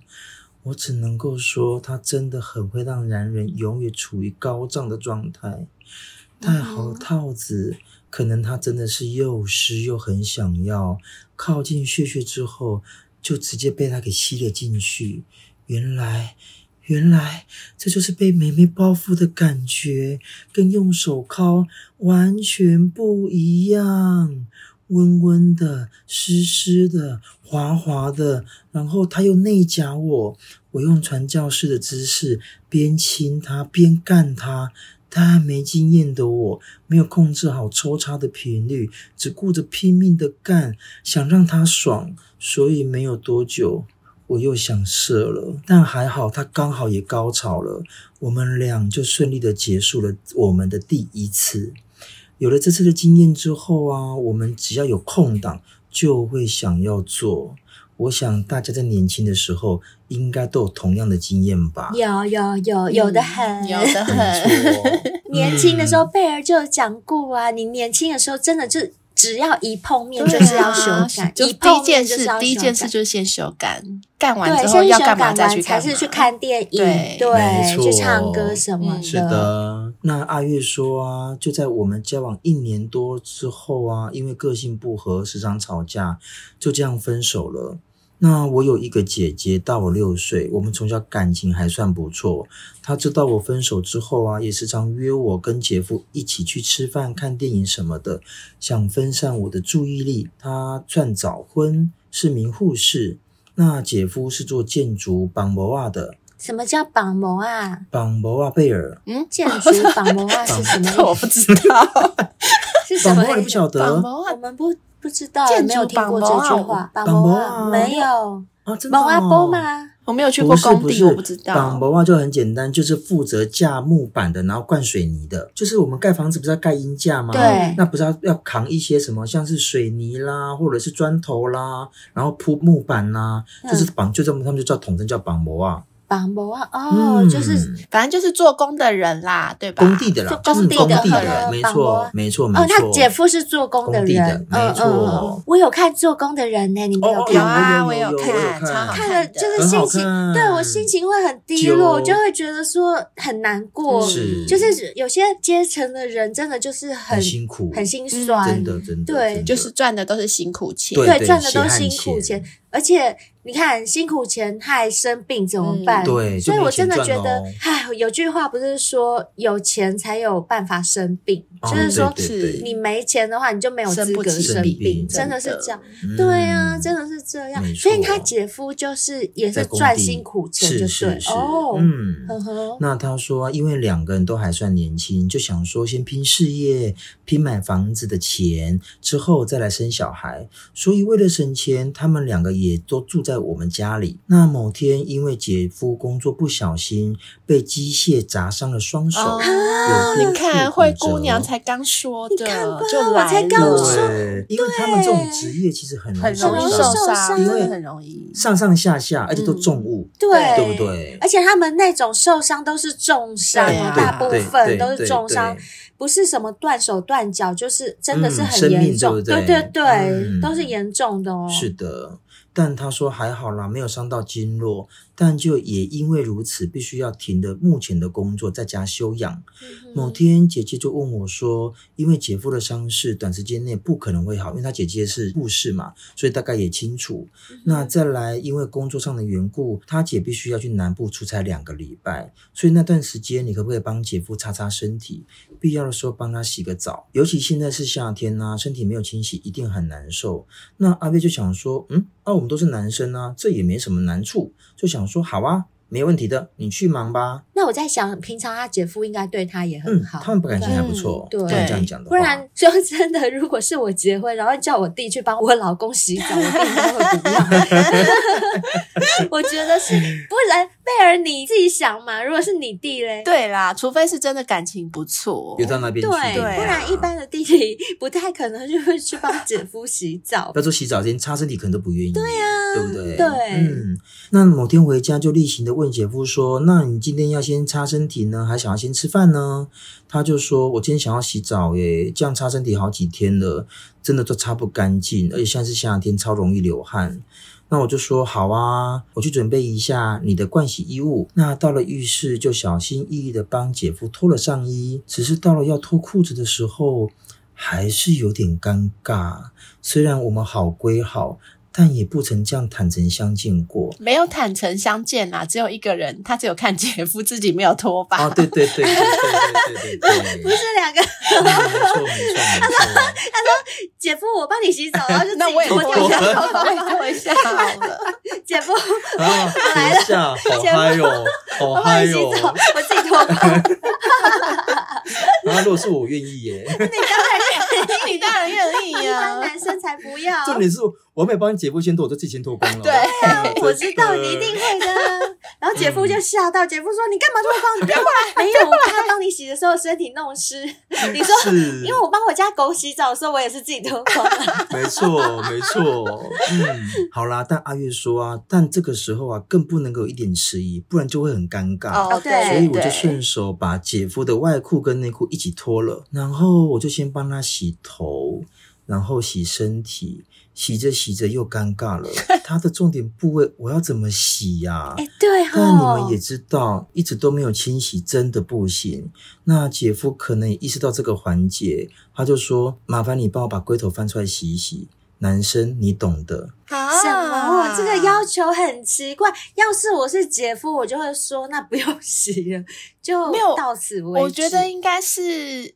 Speaker 3: 我只能够说，他真的很会让男人永远处于高涨的状态。戴好套子，可能他真的是又湿又很想要。靠近血血之后，就直接被他给吸了进去。原来，原来这就是被妹妹包覆的感觉，跟用手铐完全不一样。温温的、湿湿的、滑滑的，然后他又内夹我，我用传教士的姿势边亲他边干他。但没经验的我，没有控制好抽插的频率，只顾着拼命的干，想让他爽，所以没有多久我又想射了。但还好他刚好也高潮了，我们俩就顺利的结束了我们的第一次。有了这次的经验之后啊，我们只要有空档就会想要做。我想大家在年轻的时候应该都有同样的经验吧？
Speaker 2: 有有有有的很，
Speaker 4: 嗯有
Speaker 3: 没
Speaker 4: 的 很。啊
Speaker 3: 错
Speaker 2: 年轻的时
Speaker 3: 嗯
Speaker 2: 候，贝尔就有讲过啊，你年轻的时候真的就只要一碰面
Speaker 4: 对
Speaker 2: 就是要
Speaker 4: 啊
Speaker 2: 修改，
Speaker 4: 就
Speaker 2: 一
Speaker 4: 第一
Speaker 2: 碰
Speaker 4: 件
Speaker 2: 面就是
Speaker 4: 事
Speaker 2: 要，
Speaker 4: 第一
Speaker 2: 修
Speaker 4: 件
Speaker 2: 改
Speaker 4: 事就是先修改，干完
Speaker 2: 对，
Speaker 4: 之后
Speaker 2: 先
Speaker 4: 要
Speaker 2: 修
Speaker 4: 干嘛
Speaker 2: 改
Speaker 4: 再
Speaker 2: 完
Speaker 4: 去
Speaker 2: 才
Speaker 4: 干嘛，
Speaker 2: 是去看电影，
Speaker 4: 对
Speaker 2: 对，
Speaker 3: 没
Speaker 2: 去
Speaker 3: 错
Speaker 2: 唱歌什么
Speaker 4: 嗯
Speaker 3: 是的，那阿月说啊，就在我们交往一年多之后啊，因为个性不合，时常吵架，就这样分手了。那我有一个姐姐，大我六岁，我们从小感情还算不错。她知道我分手之后啊，也时常约我跟姐夫一起去吃饭、看电影什么的，想分散我的注意力。她算早婚，是名护士。那姐夫是做建筑绑模啊的，
Speaker 2: 什么叫绑模啊？
Speaker 3: 绑模啊贝尔。
Speaker 2: 建筑绑模啊是什么意
Speaker 4: 嗯这我
Speaker 2: 思？
Speaker 4: 不知 道。
Speaker 2: 是什么意思？哦
Speaker 3: 绑模啊你不晓得
Speaker 4: 绑毛
Speaker 2: 我
Speaker 4: 啊，
Speaker 2: 们不不知道，
Speaker 4: 建筑
Speaker 2: 没有听过这
Speaker 4: 绑模啊
Speaker 2: 句话。绑
Speaker 3: 绑
Speaker 2: 模
Speaker 3: 模
Speaker 2: 啊
Speaker 3: 啊
Speaker 2: 没有，
Speaker 3: 啊，真的、
Speaker 2: 蒙
Speaker 3: 哦？
Speaker 2: 阿波？吗？
Speaker 4: 我没有去
Speaker 3: 不
Speaker 4: 过
Speaker 3: 是
Speaker 4: 工
Speaker 3: 不
Speaker 4: 地，
Speaker 3: 是，
Speaker 4: 我不知
Speaker 3: 绑
Speaker 4: 道。
Speaker 3: 博袜就很简单，就是负责架木板的，然后灌水泥的。就是我们盖房子不是要盖阴架吗？
Speaker 2: 对
Speaker 3: 那不是要要扛一些什么，像是水泥啦，或者是砖头啦，然后铺木板啦，
Speaker 2: 嗯
Speaker 3: 就是绑，就这么他们就叫统称叫绑博啊。
Speaker 2: 帮不啊？哦，就是
Speaker 3: 嗯
Speaker 4: 反正就是做工的人啦，对吧？
Speaker 3: 工地的啦，
Speaker 2: 就
Speaker 3: 就是
Speaker 2: 工地的
Speaker 3: 工地的
Speaker 2: 呃
Speaker 3: 人，没
Speaker 2: 绑
Speaker 3: 错
Speaker 2: 窝，
Speaker 3: 没错，没
Speaker 2: 哦，
Speaker 3: 错。
Speaker 2: 他姐夫是做工的
Speaker 3: 工地的
Speaker 2: 人，
Speaker 3: 没
Speaker 2: 嗯嗯
Speaker 3: 错
Speaker 2: 嗯嗯我有看做工的人呢、你没有
Speaker 3: 哦
Speaker 2: 看
Speaker 4: 有
Speaker 2: 吗？
Speaker 4: 啊，
Speaker 3: 有
Speaker 4: 我
Speaker 3: 有有有
Speaker 4: 看，
Speaker 3: 有
Speaker 4: 超
Speaker 2: 看嗯
Speaker 3: 看
Speaker 4: 好看
Speaker 2: 了
Speaker 4: 的
Speaker 2: 就是
Speaker 3: 很
Speaker 2: 心
Speaker 3: 好
Speaker 2: 情，
Speaker 3: 看
Speaker 2: 对我心情会很低落，我就
Speaker 3: 就
Speaker 2: 会觉得说很难过。
Speaker 3: 是
Speaker 2: 就是有些阶层的人真的就是很
Speaker 3: 很辛苦，嗯
Speaker 2: 很心酸，
Speaker 3: 真的真的，
Speaker 2: 对
Speaker 3: 真的
Speaker 4: 就是赚的都是辛苦钱，
Speaker 3: 对
Speaker 2: 赚的都
Speaker 3: 血汗
Speaker 2: 辛苦
Speaker 3: 钱
Speaker 2: 钱，而且你看辛苦钱害生病怎么
Speaker 4: 嗯
Speaker 2: 办？
Speaker 3: 对
Speaker 2: 所以
Speaker 3: 就没
Speaker 2: 我真的
Speaker 3: 钱
Speaker 2: 觉
Speaker 3: 赚
Speaker 2: 得
Speaker 3: 咯，
Speaker 2: 唉，有句话不是说有钱才有办法生病，
Speaker 3: 哦
Speaker 2: 就是说
Speaker 3: 对对
Speaker 4: 是
Speaker 3: 对
Speaker 2: 你没钱的话，你就没有
Speaker 4: 生
Speaker 2: 资
Speaker 4: 不
Speaker 2: 格
Speaker 4: 起
Speaker 2: 生
Speaker 3: 病
Speaker 2: 病，
Speaker 3: 真
Speaker 2: 真的是这样。
Speaker 3: 嗯
Speaker 2: 对啊，真的是这样。
Speaker 3: 没
Speaker 2: 所以他
Speaker 3: 错
Speaker 2: 姐夫就是也是
Speaker 3: 在工
Speaker 2: 赚
Speaker 3: 地
Speaker 2: 辛苦钱，就是对
Speaker 3: 是是
Speaker 2: 哦，
Speaker 3: 嗯。
Speaker 2: 呵呵，
Speaker 3: 那他说，因为两个人都还算年轻，就想说先拼事业，拼买房子的钱，之后再来生小孩。所以为了省钱，他们两个也都住在我们家里。那某天，因为姐夫工作不小心被机械砸伤了双手，
Speaker 4: 哦
Speaker 3: 有多
Speaker 4: 你看
Speaker 3: 处
Speaker 4: 灰
Speaker 3: 骨
Speaker 4: 姑娘
Speaker 3: 折
Speaker 4: 才刚说
Speaker 2: 你看吧
Speaker 4: 的，就
Speaker 2: 我才
Speaker 4: 来
Speaker 2: 刚
Speaker 4: 了
Speaker 2: 说
Speaker 3: 对，因为他们这种
Speaker 2: 对
Speaker 3: 职业其实很容
Speaker 4: 很容易受
Speaker 2: 受伤
Speaker 4: 伤，
Speaker 3: 因
Speaker 4: 真的
Speaker 3: 为
Speaker 4: 很容易。嗯
Speaker 3: 上上下下，而且都重物，
Speaker 2: 对，
Speaker 3: 对不？对？
Speaker 2: 而且他们那种受伤都是重伤
Speaker 4: 对
Speaker 2: 哦，
Speaker 4: 啊
Speaker 2: 大部
Speaker 3: 对
Speaker 2: 分
Speaker 3: 对
Speaker 2: 都是
Speaker 3: 对
Speaker 2: 重伤
Speaker 3: 对，
Speaker 2: 不是什么断手断脚，就是真的是
Speaker 3: 嗯
Speaker 2: 很
Speaker 3: 生
Speaker 2: 严
Speaker 3: 命
Speaker 2: 重，
Speaker 3: 对
Speaker 2: 对
Speaker 3: 不对
Speaker 2: 对对，
Speaker 3: 嗯
Speaker 2: 都是严重的哦。
Speaker 3: 是的，但他说还好啦，没有伤到经络，但就也因为如此，必须要停了目前的工作，在家休养。
Speaker 2: 嗯
Speaker 3: 某天，姐姐就问我说，因为姐夫的伤势短时间内不可能会好，因为他姐姐是护士嘛，所以大概也清楚。那再来，因为工作上的缘故，他姐必须要去南部出差两个礼拜，所以那段时间你可不可以帮姐夫擦擦身体？必要的时候帮他洗个澡，尤其现在是夏天呐、身体没有清洗一定很难受。那阿贝就想说，嗯，啊，我们都是男生啊，这也没什么难处，就想说好啊，没问题的，你去忙吧。
Speaker 2: 那我在想，平常他姐夫应该对他也
Speaker 3: 嗯
Speaker 2: 很，
Speaker 3: 他
Speaker 2: 好，
Speaker 3: 们感情还不错。哦
Speaker 2: 嗯对
Speaker 3: 这样这样讲
Speaker 2: 不
Speaker 3: 的话，
Speaker 2: 然说真的，如果是我结婚，然后叫我弟去帮我老公洗澡，我弟应该会不要。我觉得是，不然贝尔你自己想嘛，如果是你弟嘞，
Speaker 4: 对啦，除非是真的感情不错
Speaker 3: 又，到那边去，
Speaker 2: 对，
Speaker 4: 对啊
Speaker 2: 不然一般的弟弟不太可能就会去帮姐夫洗澡
Speaker 3: 不。要说洗澡间擦身体，可能都不愿意。对呀、对不对？
Speaker 2: 对
Speaker 3: 嗯。那某天回家就例行的问姐夫说：“那你今天要先擦身体呢，还想要先吃饭呢？”他就说：“我今天想要洗澡耶，这样擦身体好几天了，真的都擦不干净，而且现在是夏天，超容易流汗。”那我就说好啊，我去准备一下你的盥洗衣物。那到了浴室，就小心翼翼的帮姐夫脱了上衣。只是到了要脱裤子的时候，还是有点尴尬。虽然我们好归好，但也不曾这样坦诚相见过。
Speaker 4: 没有坦诚相见啦，只有一个人，他只有看姐夫自己没有脱
Speaker 3: 啊，
Speaker 4: 发，
Speaker 3: 对对对对对对对对对，
Speaker 2: 不是两个
Speaker 3: 嗯，没错没错没错。
Speaker 2: 姐夫，我帮你洗澡，然后就自己
Speaker 4: 那我也
Speaker 2: 脱
Speaker 4: 脱
Speaker 2: 掉
Speaker 4: 一
Speaker 2: 一
Speaker 4: 下，
Speaker 2: 下头
Speaker 4: 我
Speaker 2: 发。
Speaker 4: 也脱一下好 了。
Speaker 3: 哦
Speaker 2: 姐夫，
Speaker 3: 啊，等一下，好嗨哟，好
Speaker 2: 我帮
Speaker 3: 嗨
Speaker 2: 你洗
Speaker 3: 哟！
Speaker 2: 澡，我自己脱光。
Speaker 3: 然后如果是我愿意耶，
Speaker 2: 你当
Speaker 4: 你当然愿
Speaker 2: 然，
Speaker 4: 意啊
Speaker 2: 一般
Speaker 4: 呀，
Speaker 2: 男生才不要。
Speaker 3: 重点是我没有帮姐夫先脱，我就自己先脱光了。
Speaker 4: 对
Speaker 3: 啊
Speaker 2: 我知道你一定会的。然后姐夫就吓到，姐夫说：“你干嘛脱光？你不要过来！”没有，我怕帮你洗的时候身体弄湿。
Speaker 3: 嗯
Speaker 2: 你说，
Speaker 3: 是
Speaker 2: 因为我帮我家狗洗澡的时候，我也是自己脱 光了。
Speaker 3: 没错，没错，嗯，好啦，但阿月说啊，但这个时候啊，更不能够有一点迟疑，不然就会很尴尬。
Speaker 4: 哦
Speaker 2: 对
Speaker 3: 所以我就
Speaker 4: 对
Speaker 3: 顺手把姐夫的外裤跟内裤一起脱了，然后我就先帮他洗头，然后洗身体，洗着洗着又尴尬 了，他的重点部位我要怎么洗呀、
Speaker 2: 哎，对
Speaker 3: 但你
Speaker 2: 哦
Speaker 3: 们也，知道，一直都没有清洗，真的不行。那姐夫可能也意识到这个环节，他就说：“麻烦你帮我把龟头翻出来洗一洗。”男生，你懂的。
Speaker 2: 什么
Speaker 4: 啊？
Speaker 2: 哦这个要求很奇怪。要是我是姐夫，我就会说那不用洗了，就
Speaker 4: 没有
Speaker 2: 到此为止。
Speaker 4: 我觉得应该是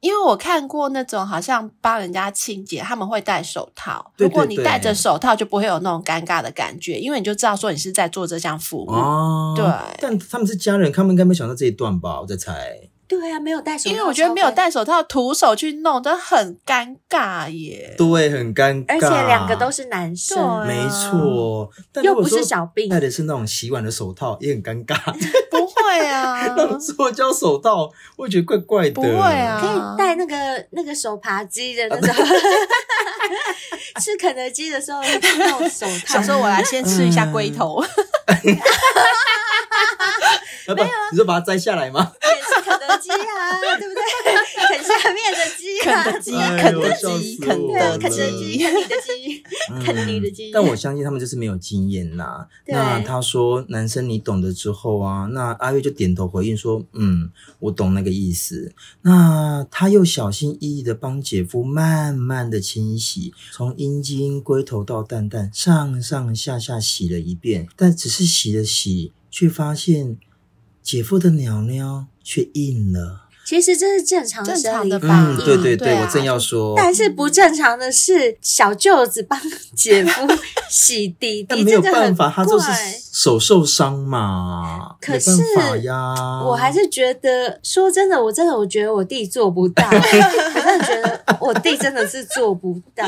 Speaker 4: 因为我看过那种好像帮人家清洁，他们会戴手套。
Speaker 3: 对
Speaker 4: 如果
Speaker 3: 对
Speaker 4: 你
Speaker 3: 对
Speaker 4: 戴着手套，就不会有那种尴尬的感觉，因为你就知道说你是在做这项服务。
Speaker 3: 哦，
Speaker 4: 对
Speaker 3: 但他们是家人，他们应该没想到这一段吧？我在猜。
Speaker 2: 对啊，没有戴手套，
Speaker 4: 因为我觉得没有
Speaker 2: 超尴尬，
Speaker 4: 戴手套，徒手去弄，真的很尴尬 耶。
Speaker 3: 对，很尴尬。
Speaker 2: 而且两个都是男生，
Speaker 4: 对
Speaker 3: 没错，但
Speaker 2: 又
Speaker 3: 如果
Speaker 2: 不是
Speaker 3: 说
Speaker 2: 小病嗯
Speaker 3: 戴的是那种洗碗的手套，也很尴尬。
Speaker 4: 不会 啊，
Speaker 3: 那种塑胶手套，我也觉得怪怪的。
Speaker 4: 不会啊，
Speaker 2: 可以戴那个那个手扒鸡的那 种，吃肯德基的时候弄手套。
Speaker 4: 想说我来先吃一下龟头，
Speaker 3: 要不然
Speaker 2: 啊
Speaker 3: 你说把它摘下来吗？
Speaker 2: 也是肯德基啊， 对不对？啃下面的鸡
Speaker 4: 肯
Speaker 2: 啊，
Speaker 4: 德基，
Speaker 3: 哎呦
Speaker 4: 肯德
Speaker 3: 笑
Speaker 4: 基，
Speaker 3: 死
Speaker 4: 肯
Speaker 3: 我
Speaker 2: 对啊
Speaker 4: 德
Speaker 3: 了
Speaker 2: 肯德基，
Speaker 4: 基。
Speaker 2: 肯你的鸡，肯你的
Speaker 3: 嗯
Speaker 2: 鸡。
Speaker 3: 但我相信他们就是没有经验呐。
Speaker 2: 对
Speaker 3: 那他说男生你懂得之后啊，那阿月就点头回应说，嗯，我懂那个意思。那他又小心翼翼的帮姐夫慢慢的清洗，从阴茎、龟头到蛋蛋，上上下下洗了一遍，但只是洗了洗，却发现姐夫的鸟鸟却硬了。
Speaker 2: 其实这是正常的生理
Speaker 4: 正常的
Speaker 2: 反应
Speaker 3: 嗯，对对
Speaker 4: 对啊
Speaker 3: 我正要说，
Speaker 2: 但是不正常的是小舅子帮姐夫洗 弟
Speaker 3: 但
Speaker 2: 弟，
Speaker 3: 没有
Speaker 2: 这个
Speaker 3: 办
Speaker 2: 很
Speaker 3: 法，
Speaker 2: 怪。
Speaker 3: 他就是手受伤嘛，
Speaker 2: 可
Speaker 3: 没
Speaker 2: 是
Speaker 3: 办法呀。
Speaker 2: 我还是觉得，说真的，我真的我觉得我弟做不 到，我真的觉得我弟真的是做不到，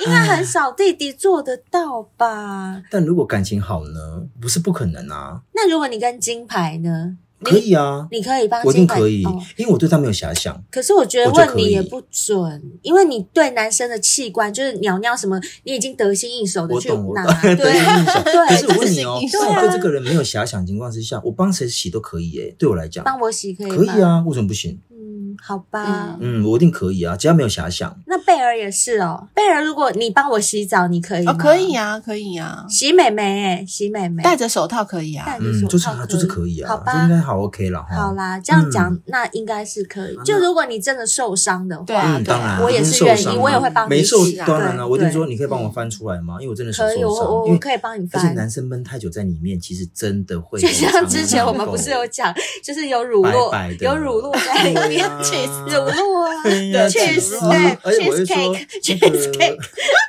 Speaker 2: 应该很少弟弟做得到吧？
Speaker 3: 但如果感情好呢，不是不可能啊，
Speaker 2: 那如果你跟金牌呢？
Speaker 3: 可以啊，
Speaker 2: 你可以帮
Speaker 3: 我一
Speaker 2: 金
Speaker 3: 定
Speaker 2: 牌
Speaker 3: 可以
Speaker 2: 哦，
Speaker 3: 因为我对他没有遐想。
Speaker 2: 可是我觉得
Speaker 3: 我就
Speaker 2: 问
Speaker 3: 可以
Speaker 2: 你也不准，因为你对男生的器官就是鸟鸟什么，你已经得心应手的
Speaker 3: 我
Speaker 2: 去
Speaker 3: 懂，我
Speaker 2: 拿
Speaker 3: 懂，，
Speaker 2: 对
Speaker 3: 对印象可是
Speaker 2: 对，
Speaker 3: 我
Speaker 2: 就
Speaker 3: 问
Speaker 2: 是
Speaker 3: 你哦
Speaker 4: 对，
Speaker 3: 当
Speaker 2: 啊
Speaker 3: 我对这个人没有遐想的情况之下，我帮谁洗都可以诶，对我来讲
Speaker 2: 帮我洗可以
Speaker 3: 可
Speaker 2: 吗？
Speaker 3: 以，啊，为什么不行？
Speaker 2: 嗯，好吧。
Speaker 4: 嗯
Speaker 3: 嗯，我一定可以啊，只要没有遐想。
Speaker 2: 那贝尔也是哦，贝尔，如果你帮我洗澡，你可以吗？
Speaker 4: 哦，可以啊，可以啊，
Speaker 2: 洗美眉哎，洗美眉，
Speaker 4: 戴着手套可以啊。
Speaker 2: 戴着
Speaker 3: 嗯，
Speaker 2: 手
Speaker 3: 就是
Speaker 2: 套
Speaker 3: 就是可以
Speaker 2: 好
Speaker 3: 啊，就
Speaker 2: 吧
Speaker 3: 应，该好 OK 了哈。
Speaker 2: 好啦，这样讲、
Speaker 3: 嗯
Speaker 2: 那应该是可以
Speaker 3: 那。
Speaker 2: 就如果你真的受伤的话，
Speaker 4: 对啊，
Speaker 3: 嗯，
Speaker 4: 对
Speaker 3: 当
Speaker 4: 啊
Speaker 3: 然，
Speaker 2: 我也
Speaker 3: 一定
Speaker 2: 是
Speaker 3: 受
Speaker 2: 愿意
Speaker 3: 伤啊
Speaker 2: 我也会帮你
Speaker 3: 没受
Speaker 4: 洗，啊
Speaker 3: 当然了，
Speaker 2: 对
Speaker 3: 我一定
Speaker 2: 对
Speaker 3: 说你可以帮我翻出来吗？因为我真的手
Speaker 2: 可以，
Speaker 3: 受
Speaker 2: 我我
Speaker 3: 伤，因
Speaker 2: 我
Speaker 3: 为
Speaker 2: 可以帮你
Speaker 3: 而且
Speaker 2: 翻。
Speaker 3: 男生闷太久在里面，其实真的会啊
Speaker 2: 就
Speaker 3: 很常
Speaker 2: 像之前我们
Speaker 3: 有
Speaker 2: 不是有讲，就是有乳酪，
Speaker 3: 白白的哎
Speaker 2: 有乳酪在
Speaker 3: 啊
Speaker 2: 里面， 乳酪啊，
Speaker 3: 对
Speaker 2: 确
Speaker 4: ，cheese
Speaker 2: 实
Speaker 4: snack，
Speaker 3: 啊而哎且我就说
Speaker 2: cheesecake，
Speaker 3: 那个
Speaker 2: cheesecake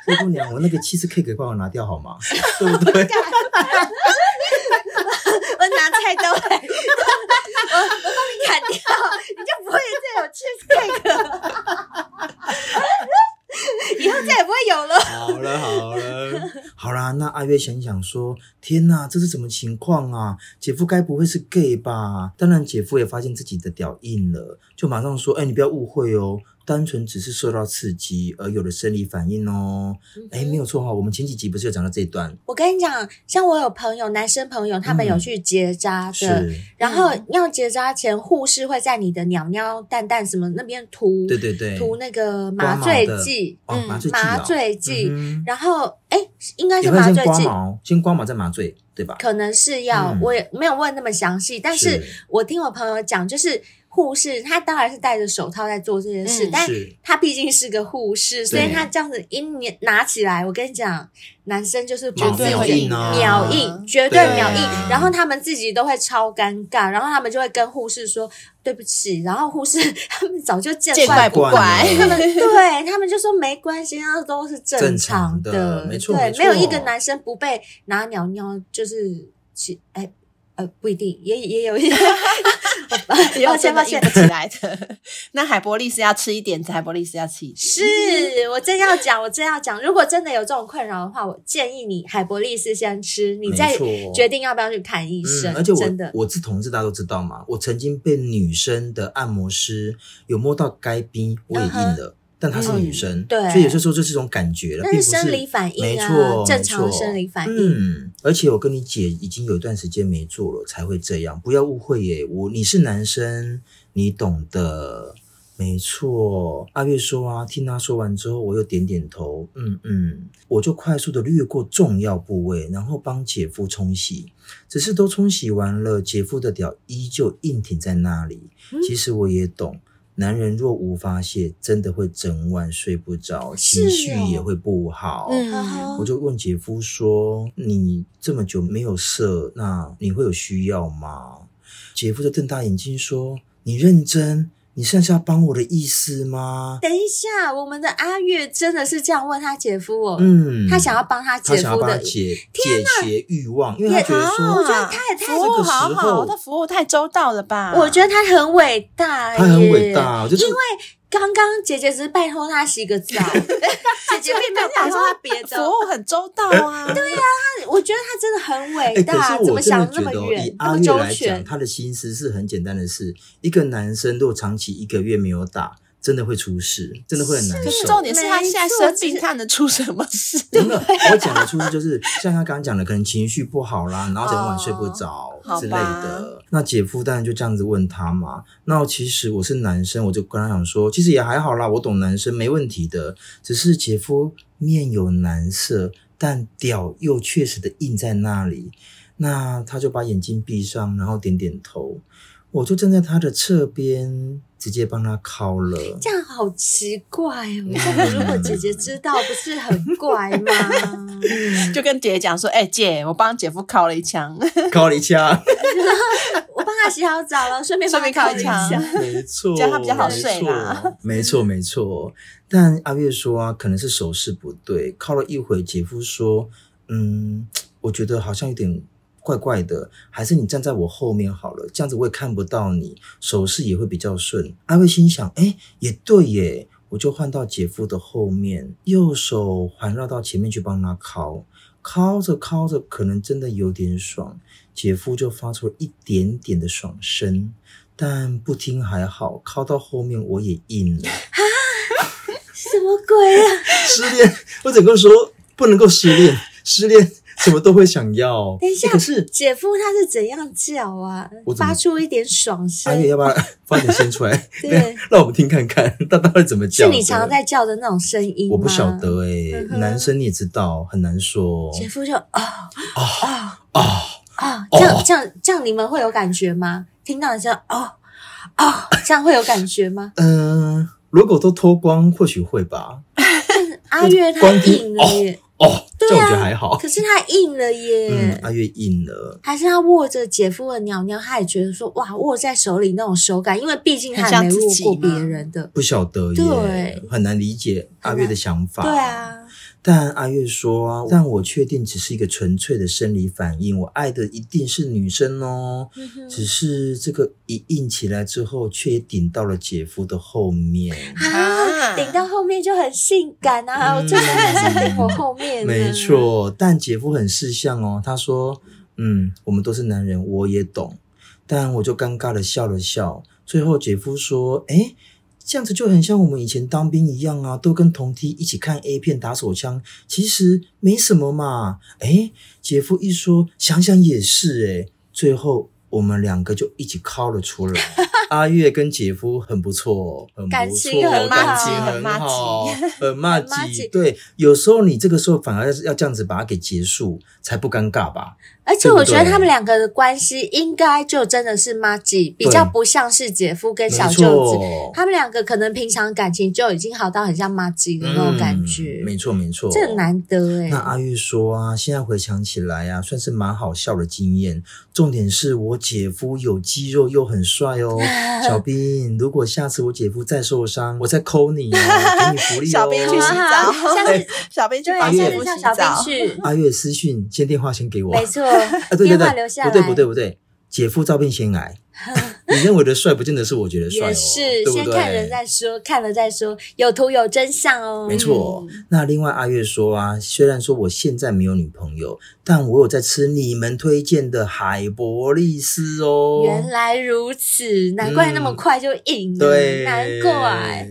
Speaker 3: 灰姑娘，我那个 cheese cake 帮我拿掉好吗？对不对？
Speaker 2: 我拿菜刀来，我我帮你砍掉，你就不会再有 cheesecake 了， 以后再也不会有了。
Speaker 3: 好了好了，好啦，那阿月想一想说，天哪，这是什么情况啊？姐夫该不会是 gay 吧？当然，姐夫也发现自己的屌硬了，就马上说，哎、你不要误会哦。单纯只是受到刺激而有的生理反应哦，
Speaker 2: 嗯
Speaker 3: 哎，没有错哈、我们前几集不是有讲到这一段？
Speaker 2: 我跟你讲，像我有朋友，男生朋友，他们有
Speaker 3: 嗯
Speaker 2: 去结扎的，
Speaker 3: 是，
Speaker 2: 然后
Speaker 4: 嗯
Speaker 2: 要结扎前，护士会在你的鸟鸟、蛋蛋什么那边涂
Speaker 3: 对对对，
Speaker 2: 涂那个
Speaker 3: 刮
Speaker 2: 麻
Speaker 3: 毛
Speaker 2: 醉
Speaker 3: 的
Speaker 2: 剂，
Speaker 3: 哦
Speaker 4: 嗯，
Speaker 3: 麻醉剂、哦，
Speaker 2: 麻醉剂，
Speaker 3: 嗯哼
Speaker 2: 然后哎，应该是
Speaker 3: 也会
Speaker 2: 麻
Speaker 3: 先
Speaker 2: 醉
Speaker 3: 刮
Speaker 2: 剂，
Speaker 3: 毛，先刮毛再麻醉，对吧？
Speaker 2: 可能是要，
Speaker 3: 嗯
Speaker 2: 我也没有问那么详细，但是我听我朋友讲，就是护士她当然是戴着手套在做这件事，
Speaker 4: 嗯
Speaker 2: 但
Speaker 3: 是
Speaker 2: 她毕竟是个护士，所以她这样子一捏拿起来，我跟你讲，男生就是不
Speaker 3: 毛
Speaker 4: 绝对
Speaker 2: 自
Speaker 4: 会
Speaker 2: 己
Speaker 4: 硬啊
Speaker 2: 秒硬，绝对秒硬
Speaker 4: 对啊。
Speaker 2: 然后他们自己都会超尴尬，然后他们就会跟护士说对不起，然后护士 他们早就见
Speaker 4: 见怪
Speaker 2: 不
Speaker 4: 不怪。
Speaker 2: 他 们对他们就说没关系，那都是正的，
Speaker 3: 正常的没错
Speaker 2: 对，
Speaker 3: 没错
Speaker 2: 没有一个男生不被拿鸟鸟，就是其哎呃不一定，也也有一 些，抱歉抱
Speaker 4: 也有真的硬
Speaker 2: 歉
Speaker 4: 不，起来的。那海博利斯要吃一点，海博利斯要吃一点。
Speaker 2: 是我真要讲，我真要讲，如果真的有这种困扰的话，我建议你海博利斯先吃，你再
Speaker 3: 没错
Speaker 2: 决定要不要去看医生。
Speaker 3: 嗯，而且
Speaker 2: 真的
Speaker 3: 我。我是同志，大家都知道嘛。我曾经被女生的按摩师有摸到该冰，我也硬了，但她是女生，
Speaker 2: 嗯对
Speaker 3: 所以有些时候就是这种感觉了，
Speaker 2: 那
Speaker 3: 并
Speaker 2: 是
Speaker 3: 不是
Speaker 2: 生理反应
Speaker 3: 没
Speaker 2: 啊，
Speaker 3: 错，
Speaker 2: 正常
Speaker 3: 没
Speaker 2: 的
Speaker 3: 错
Speaker 2: 生理反应。
Speaker 3: 嗯，而且我跟你姐已经有一段时间没做了，才会这样。不要误会耶，我你是男生，你懂的。没错，阿月说啊，听她说完之后，我又点点头，嗯嗯，我就快速的略过重要部位，然后帮姐夫冲洗。只是都冲洗完了，姐夫的屌依旧硬挺在那里。
Speaker 2: 嗯
Speaker 3: 其实我也懂，男人若无发泄，真的会整晚睡不着，
Speaker 2: 是
Speaker 3: 情绪
Speaker 2: 哦
Speaker 3: 也会不好。
Speaker 2: 呵呵
Speaker 4: 嗯，
Speaker 3: 我就问姐夫说：“你这么久没有射，那你会有需要吗？”姐夫就瞪大眼睛说：“你认真？你现在是要帮我的意思吗
Speaker 2: 等一下，我们的阿月真的是这样问他姐夫哦？”，
Speaker 3: 嗯，
Speaker 2: 他想要帮他
Speaker 3: 他
Speaker 2: 姐
Speaker 3: 想要
Speaker 2: 夫
Speaker 3: 帮他
Speaker 2: 的
Speaker 3: 解解决欲望，因为他
Speaker 2: 也哦
Speaker 3: 觉得说，
Speaker 2: 我觉得他也太
Speaker 4: 服
Speaker 3: 这
Speaker 4: 务
Speaker 3: 个时
Speaker 4: 好好，
Speaker 3: 候
Speaker 4: 他服务太周到了吧？
Speaker 2: 我觉得他很伟大耶，
Speaker 3: 他很伟大，就是
Speaker 2: 因为刚刚姐姐只是拜托他洗个 澡，姐姐并没有拜托他别
Speaker 4: 服
Speaker 2: 的。哦
Speaker 4: 务很周到啊。对啊，
Speaker 2: 我觉得他真的很伟
Speaker 3: 哎，
Speaker 2: 大，
Speaker 3: 可是
Speaker 2: 怎
Speaker 3: 我
Speaker 2: 么
Speaker 3: 真
Speaker 2: 想
Speaker 3: 的
Speaker 2: 得
Speaker 3: 觉
Speaker 2: 那么
Speaker 3: 得哦，
Speaker 2: 远
Speaker 3: 以，
Speaker 2: 那
Speaker 3: 阿
Speaker 2: 么
Speaker 3: 月
Speaker 2: 周
Speaker 3: 来讲，
Speaker 2: 全？
Speaker 3: 他的心思是很简单的事。一个男生如果长期一个月没有打，真的会出事，真的会很难
Speaker 4: 可是
Speaker 3: 受。
Speaker 4: 重点是他现在生病，
Speaker 2: 没错
Speaker 4: 看得出什么事？
Speaker 3: 真的，我讲的出去就是像他刚刚讲的，可能情绪不好啦，然后整晚睡不着
Speaker 4: 哦
Speaker 3: 之类
Speaker 4: 好
Speaker 3: 的。那姐夫当然就这样子问他嘛。那其实我是男生，我就跟他讲说，其实也还好啦，我懂男生没问题的。只是姐夫面有难色，但屌又确实的印在那里。那他就把眼睛闭上，然后点点头。我就站在他的侧边，直接帮他敲 了。
Speaker 2: 这样好奇怪哦。
Speaker 3: 嗯
Speaker 2: 如果姐姐知道，不是很怪吗？
Speaker 4: 就跟姐姐讲说：“哎、姐，我帮姐夫敲了一枪。
Speaker 3: 敲了一下，
Speaker 2: 我帮她洗好澡 了，顺便
Speaker 4: 顺
Speaker 2: 帮
Speaker 4: 便
Speaker 2: 她
Speaker 4: 看
Speaker 2: 看
Speaker 4: 一
Speaker 2: 一
Speaker 4: 下
Speaker 2: 下。
Speaker 3: 没错，
Speaker 4: 这样他比较好睡 啦
Speaker 3: 没错，没错。但阿月说啊，可能是手势不对，靠了一会，姐夫说，嗯，我觉得好像有点怪怪的，还是你站在我后面好了，这样子我也看不到你，手势也会比较顺。阿月心想，哎，也对耶。我就换到姐夫的后面，右手环绕到前面去帮他敲，敲着敲着，可能真的有点爽，姐夫就发出了一点点的爽声。但不听还好，靠到后面我也硬了。
Speaker 2: 什么鬼啊？
Speaker 3: 失恋，我整个说不能够失恋，失恋什么都会想要。
Speaker 2: 等一下
Speaker 3: 欸可是
Speaker 2: 姐夫他是怎样叫啊
Speaker 3: 我？怎么
Speaker 2: 发
Speaker 3: 哎
Speaker 2: 出一点爽
Speaker 3: 阿月
Speaker 2: 声，
Speaker 3: 要不要发点声出来？
Speaker 2: 对
Speaker 3: 让让我们听看看，他到底怎么叫
Speaker 2: 是
Speaker 3: 的？
Speaker 2: 你常在叫的那种声音吗？
Speaker 3: 我不晓。得哎、
Speaker 2: 嗯哼
Speaker 3: 男生你也知道很难说
Speaker 2: 姐夫就啊啊
Speaker 3: 啊。
Speaker 2: 啊，这样
Speaker 3: 哦
Speaker 2: 这样这样，你们会有感觉吗？听到你这样哦哦，这样会有感觉吗？
Speaker 3: 嗯、如果都脱光，或许会吧。
Speaker 2: 阿月他
Speaker 3: 光听
Speaker 2: 硬了耶，
Speaker 3: 哦，
Speaker 2: 对啊
Speaker 3: 这样我觉得还好
Speaker 2: 可。是他硬了
Speaker 3: 嗯，
Speaker 2: 耶。
Speaker 3: 阿月硬了。
Speaker 2: 还是他握着姐夫的鸟鸟，他也觉得说哇，握在手里那种手感，因为毕竟他
Speaker 4: 很
Speaker 2: 也
Speaker 4: 像
Speaker 2: 没
Speaker 4: 自
Speaker 2: 握
Speaker 4: 己
Speaker 2: 过
Speaker 4: 嘛
Speaker 2: 别人的。
Speaker 3: 不晓得耶
Speaker 2: 对，
Speaker 3: 很难理解阿月的想法。
Speaker 2: 对，啊，
Speaker 3: 但阿月说啊，但我确定只是一个纯粹的生理反应，我爱的一定是女生哦。
Speaker 2: 嗯哼
Speaker 3: 只是这个一硬起来之后，却也顶到了姐夫的后面。
Speaker 2: 啊，顶到后面就很性感啊！
Speaker 3: 嗯
Speaker 2: 我最喜欢男生顶我后面，
Speaker 3: 没。错，但姐夫很识相哦，他说：“嗯，我们都是男人，我也懂。”但我就尴尬的笑了笑。最后姐夫说：“诶，这样子就很像我们以前当兵一样啊，都跟同梯一起看 A 片打手枪，其实没什么嘛。”诶，姐夫一说，想想也是诶。最后。我们两个就一起靠了出 来，阿月跟姐夫很不错，哦很不错，
Speaker 2: 感情很
Speaker 3: 感情
Speaker 4: 好
Speaker 3: 很好，很呃骂
Speaker 2: 很 骂
Speaker 3: 鸡
Speaker 2: 鸡，
Speaker 3: 对，有时候你这个时候反而要这样子把它给结束，才不尴尬吧？
Speaker 2: 而且我觉得他们两个的关系应该就真的是妈吉，比较不像是姐夫跟
Speaker 3: 没
Speaker 2: 小舅子，
Speaker 3: 错，
Speaker 2: 他们两个可能平常感情就已经好到很像妈吉的那种感觉
Speaker 3: 嗯，没错没错，
Speaker 2: 这很难得哎、
Speaker 3: 那阿玉说啊，现在回想起来啊，算是蛮好笑的经验。重点是我姐夫有肌肉又很帅 哦，小兵，如果下次我姐夫再受伤，我再抠你哦，给你福利哦。
Speaker 4: 小兵去洗澡
Speaker 2: 好啊下
Speaker 3: 哎
Speaker 2: 次，
Speaker 4: 小兵去
Speaker 2: 对，
Speaker 4: 帮
Speaker 2: 下
Speaker 3: 姐
Speaker 4: 姐夫
Speaker 2: 次叫
Speaker 4: 洗
Speaker 2: 小兵。
Speaker 4: 澡
Speaker 2: 去，
Speaker 3: 阿月私讯先电话先给我，
Speaker 2: 没错，
Speaker 3: 啊，对对
Speaker 2: 电话留
Speaker 3: 对，
Speaker 2: 下来
Speaker 3: 不对不对不对，姐夫照片 先来。你认为的帅，不见得是我觉得帅哦，
Speaker 2: 也是
Speaker 3: 对不对
Speaker 2: 先看人再说，看了再说，有图有真相哦。
Speaker 3: 没错。那另外阿月说啊，虽然说我现在没有女朋友，但我有在吃你们推荐的海博利斯哦。
Speaker 2: 原来如此，难怪那么快就赢了，
Speaker 3: 嗯对，
Speaker 2: 难怪。。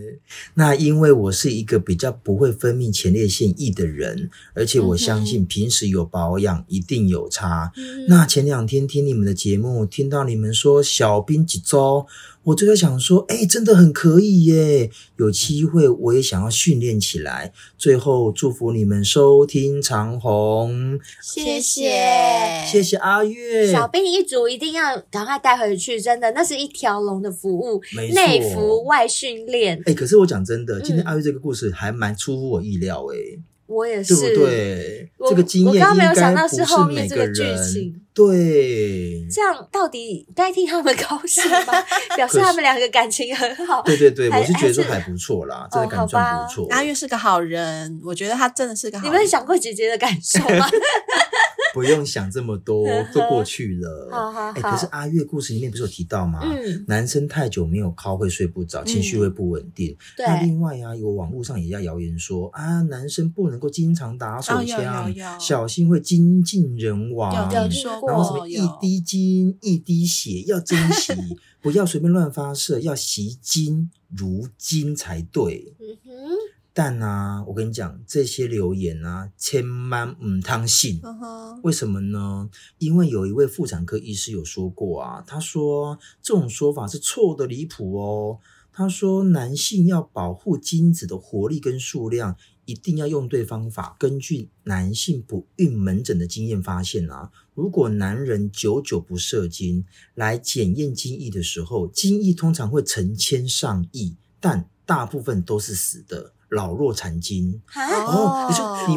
Speaker 3: 那因为我是一个比较不会分泌前列腺液的人，而且
Speaker 2: 嗯
Speaker 3: 我相信平时有保养一定有差。
Speaker 2: 嗯
Speaker 3: 那前两天听你们的节目，听到你们说小兵几周，我就在想说，哎、真的很可以耶！有机会我也想要训练起来。最后祝福你们收听长虹，
Speaker 2: 谢
Speaker 3: 谢谢阿月，
Speaker 2: 小兵一组一定要赶快带回去，真的，那是一条龙的服务，
Speaker 3: 没错
Speaker 2: 内服外训练，
Speaker 3: 哎、可是我讲真的，今天
Speaker 2: 嗯
Speaker 3: 阿月这个故事还蛮出乎我意料哎、
Speaker 2: 我也
Speaker 3: 对
Speaker 2: 是，
Speaker 3: 不对？
Speaker 2: 我
Speaker 3: 这个经验
Speaker 2: 我刚刚没有想到
Speaker 3: 应该不
Speaker 2: 是后面
Speaker 3: 每
Speaker 2: 这个
Speaker 3: 人
Speaker 2: 剧情。
Speaker 3: 对，
Speaker 2: 这样到底该替他们高兴 吗？表示他们两个感情很好。
Speaker 3: 对对对，
Speaker 2: 还
Speaker 3: 我是觉得说还
Speaker 2: 还是
Speaker 3: 不错啦，
Speaker 2: 哦
Speaker 3: 真的感觉算
Speaker 2: 好吧
Speaker 3: 不错。
Speaker 4: 阿月是个好人，我觉得他真的是个好
Speaker 2: 你
Speaker 4: 人。
Speaker 2: 们想过姐姐的感受吗？
Speaker 3: 不用想这么多，都过去了。
Speaker 2: 好好
Speaker 3: 哎、
Speaker 2: 好
Speaker 3: 可是阿月故事里面不是有提到吗？
Speaker 2: 嗯，
Speaker 3: 男生太久没有靠会睡不着，情绪会不稳定。
Speaker 2: 对，
Speaker 3: 那另外啊，有网络上也在谣言说啊，男生不能够经常打手
Speaker 4: 哦有
Speaker 3: 枪，
Speaker 4: 有有
Speaker 3: 小心会精尽人亡。
Speaker 4: 有
Speaker 2: 有
Speaker 4: 听
Speaker 2: 听
Speaker 4: 说
Speaker 2: 过
Speaker 3: 然后什么
Speaker 4: 过，
Speaker 3: 一
Speaker 4: 有
Speaker 3: 滴精一滴血要珍惜，不要随便乱发射，要惜精如金才对。
Speaker 2: 嗯哼，
Speaker 3: 但啊，我跟你讲，这些留言啊，千万唔当信。
Speaker 4: 嗯哼，
Speaker 3: 为什么呢？因为有一位妇产科医师有说过啊，他说这种说法是错的离谱哦。他说男性要保护精子的活力跟数量，一定要用对方法。根据男性不孕门诊的经验发现啊，如果男人久久不射精，来检验精液的时候，精液通常会成千上亿，但大部分都是死的，老弱残精。
Speaker 2: 哈，
Speaker 3: 哦，你
Speaker 4: 哦
Speaker 3: 说你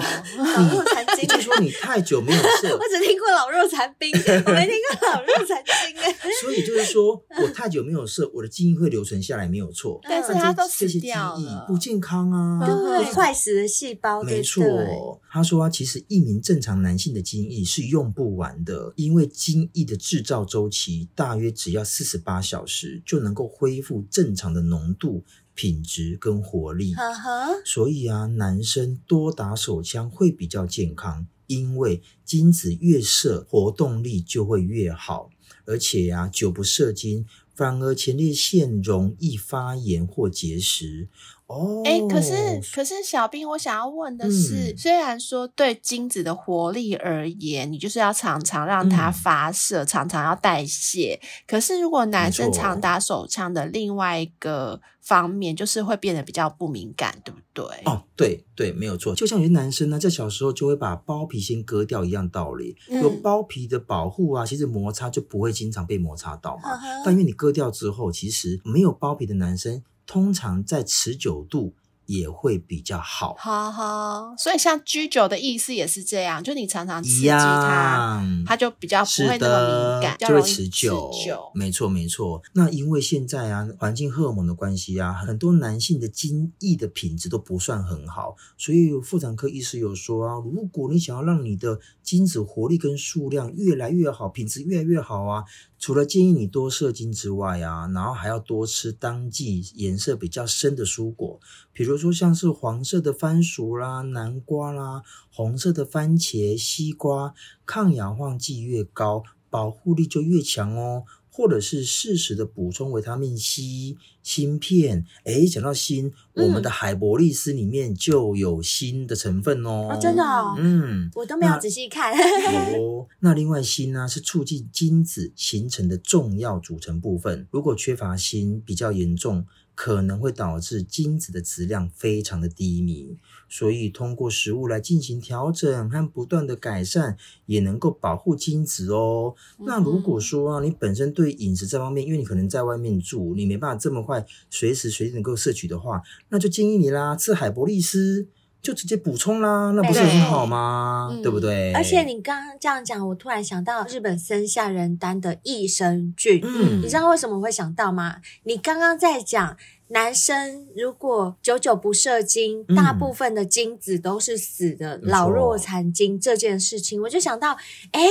Speaker 2: 老
Speaker 3: 你
Speaker 2: 弱残
Speaker 3: 也
Speaker 2: 精
Speaker 3: 就。是说你太久没有射
Speaker 2: 哦我，只听过老弱残兵，我没听过老弱残 精哎。
Speaker 3: 所以就是说我太久没有射，我的基因会留存下来没有错，
Speaker 4: 但是
Speaker 3: 但
Speaker 4: 嗯它
Speaker 3: 这
Speaker 4: 都
Speaker 3: 这
Speaker 4: 死
Speaker 3: 些基
Speaker 4: 掉
Speaker 3: 因
Speaker 4: 了，
Speaker 3: 不健康啊。
Speaker 4: 对
Speaker 2: 对，坏死的细胞，
Speaker 3: 没错
Speaker 2: 对不对，
Speaker 3: 他说啊，其实一名正常男性的精液是用不完的，因为精液的制造周期大约只要四十八小时就能够恢复正常的浓度、品质跟活力。
Speaker 2: 呵呵，
Speaker 3: 所以啊，男生多打手枪会比较健康，因为精子越射活动力就会越好，而且啊，久不射精反而前列腺容易发炎或结石。哦，
Speaker 4: 哎、可是可是小兵，我想要问的是，
Speaker 3: 嗯
Speaker 4: 虽然说对精子的活力而言，你就是要常常让它
Speaker 3: 嗯
Speaker 4: 发射，常常要代谢。可是如果男生
Speaker 3: 没错哦
Speaker 4: 常打手枪的另外一个方面，就是会变得比较不敏感，对不对？
Speaker 3: 哦，对对，没有错，就像有些男生呢，在小时候就会把包皮先割掉一样道理，
Speaker 4: 嗯
Speaker 3: 有包皮的保护啊，其实摩擦就不会经常被摩擦到嘛。
Speaker 2: 呵呵
Speaker 3: 但因为你割掉之后，其实没有包皮的男生，通常在持久度也会比较好。
Speaker 4: 哈哈，所以像居酒的意思也是这样，就你常常刺
Speaker 3: 一
Speaker 4: 激它，
Speaker 3: 样，
Speaker 4: 它就比较不
Speaker 3: 是
Speaker 4: 会那么
Speaker 3: 的
Speaker 4: 敏感，，比较
Speaker 3: 就会
Speaker 4: 容易
Speaker 3: 持久。
Speaker 4: 持久
Speaker 3: 没错，没错。那因为现在啊，环境荷尔蒙的关系啊，很多男性的精液的品质都不算很好，所以妇产科医师有说啊，如果你想要让你的精子活力跟数量越来越好，品质越来越好啊，除了建议你多射精之外啊，然后还要多吃当季颜色比较深的蔬果，比如说像是黄色的番薯啦、南瓜啦、红色的番茄、西瓜，抗氧化剂越高，保护力就越强哦。或者是适时的补充维他命 C、锌片。诶，讲到锌，
Speaker 2: 嗯
Speaker 3: 我们的海博利斯里面就有锌的成分哦。
Speaker 2: 哦，真的哦，
Speaker 3: 嗯，
Speaker 2: 我都没有
Speaker 3: 那
Speaker 2: 仔细看。
Speaker 3: 哦， 那另外锌呢、是促进精子形成的重要组成部分。如果缺乏锌比较严重，可能会导致精子的质量非常的低迷。所以通过食物来进行调整和不断的改善，也能够保护精子哦。
Speaker 2: 嗯
Speaker 3: 那如果说啊，你本身对饮食这方面，因为你可能在外面住，你没办法这么快随时随地能够摄取的话，那就建议你啦，吃海博利斯。就直接补充啦，那不是很好吗？
Speaker 4: 对
Speaker 3: 对不对？
Speaker 2: 嗯而且你刚刚这样讲，我突然想到日本森下仁丹的益生菌，
Speaker 3: 嗯
Speaker 2: 你知道为什么我会想到吗？你刚刚在讲男生如果久久不射精，
Speaker 3: 嗯
Speaker 2: 大部分的精子都是死的，
Speaker 3: 没错
Speaker 2: 老弱残精这件事情，我就想到，哎，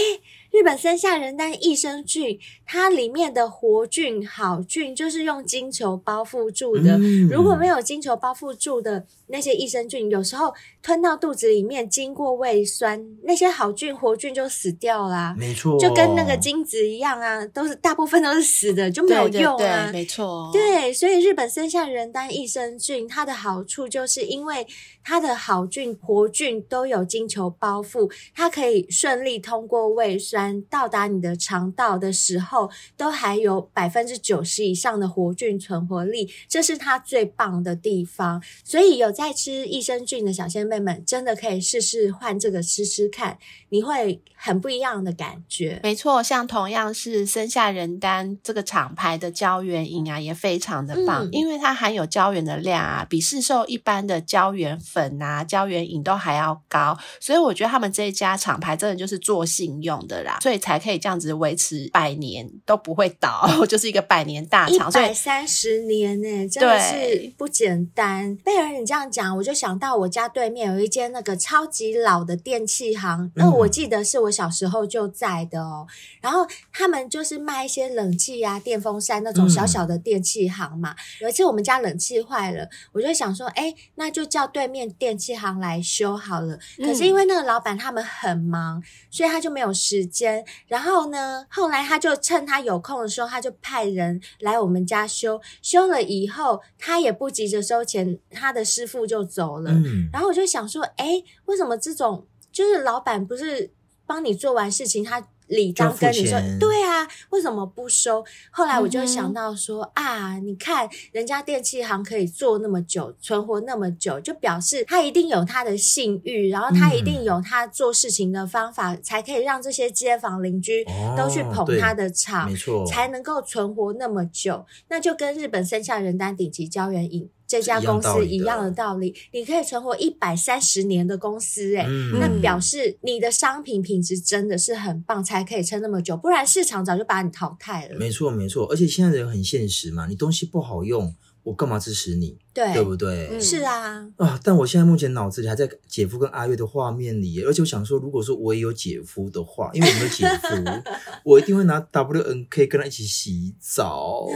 Speaker 2: 日本森下仁丹益生菌，它里面的活菌、好菌就是用金球包覆住的。
Speaker 3: 嗯
Speaker 2: 如果没有金球包覆住的那些益生菌，有时候吞到肚子里面，经过胃酸，那些好菌活菌就死掉啦、
Speaker 3: 没错，
Speaker 2: 就跟那个精子一样啊，都是大部分都是死的，就没有
Speaker 4: 哦对对
Speaker 2: 用
Speaker 4: 对，
Speaker 2: 啊。
Speaker 4: 没错，
Speaker 2: 对，所以日本生下人丹益生菌，它的好处就是因为它的好菌、活菌都有金球包覆，它可以顺利通过胃酸到达你的肠道的时候，都还有百分之九十以上的活菌存活力，这是它最棒的地方。所以有在吃益生菌的小仙妹们，真的可以试试换这个吃吃看，你会很不一样的感觉。
Speaker 4: 没错，像同样是森下仁丹这个厂牌的胶原饮啊，也非常的棒，
Speaker 2: 嗯
Speaker 4: 因为它含有胶原的量啊，比市售一般的胶原粉啊、胶原饮都还要高，所以我觉得他们这一家厂牌真的就是做信用的啦。啦，所以才可以这样子维持百年都不会倒， 就是一个百年大
Speaker 2: 一
Speaker 4: 厂。所以
Speaker 2: 百三十年呢、真的是
Speaker 4: 对
Speaker 2: 不简单。贝尔，你这样讲，我就想到我家对面有一间那个超级老的电器行，那我
Speaker 4: 嗯
Speaker 2: 记得是我小时候就在的哦。然后他们就是卖一些冷气啊、电风扇那种
Speaker 3: 嗯
Speaker 2: 小小的电器行嘛。有一次我们家冷气坏了，我就想说，哎，那就叫对面电器行来修好了。可是
Speaker 4: 嗯
Speaker 2: 因为那个老板他们很忙，所以他就没有时间。然后呢，后来他就趁他有空的时候，他就派人来我们家修。修了以后，他也不急着收钱，他的师傅就走了。
Speaker 3: 嗯，
Speaker 2: 然后我就想说，哎，为什么这种就是老板不是帮你做完事情，他理当跟你
Speaker 3: 就
Speaker 2: 说
Speaker 3: 付钱，
Speaker 2: 对啊，为什么不收？后来我就
Speaker 4: 嗯哼
Speaker 2: 想到说、啊，你看人家电器行可以做那么久，存活那么久，就表示他一定有他的信誉，然后他一定
Speaker 3: 嗯
Speaker 2: 有他做事情的方法，才可以让这些街坊邻居
Speaker 3: 哦
Speaker 2: 都去捧
Speaker 3: 对
Speaker 2: 他的场。
Speaker 3: 没错，
Speaker 2: 才能够存活那么久。那就跟日本生下人丹顶级胶原饮这家公司一
Speaker 3: 一
Speaker 2: 样
Speaker 3: 样
Speaker 2: 的
Speaker 3: 的
Speaker 2: 道理，你可以存活一百三十年的公司、欸，哎、
Speaker 3: 嗯
Speaker 2: 那表示你的商品品质真的是很棒，才可以撑那么久，不然市场早就把你淘汰了。
Speaker 3: 没错没错，而且现在人很现实嘛，你东西不好用，我干嘛支持你，
Speaker 2: 对，
Speaker 3: 对不对？
Speaker 4: 嗯
Speaker 2: 是啊，
Speaker 3: 啊！但我现在目前脑子里还在姐夫跟阿月的画面里耶，而且我想说，如果说我也有姐夫的话，因为我没有姐 夫，我一定会拿 WNK 跟他一起洗 澡。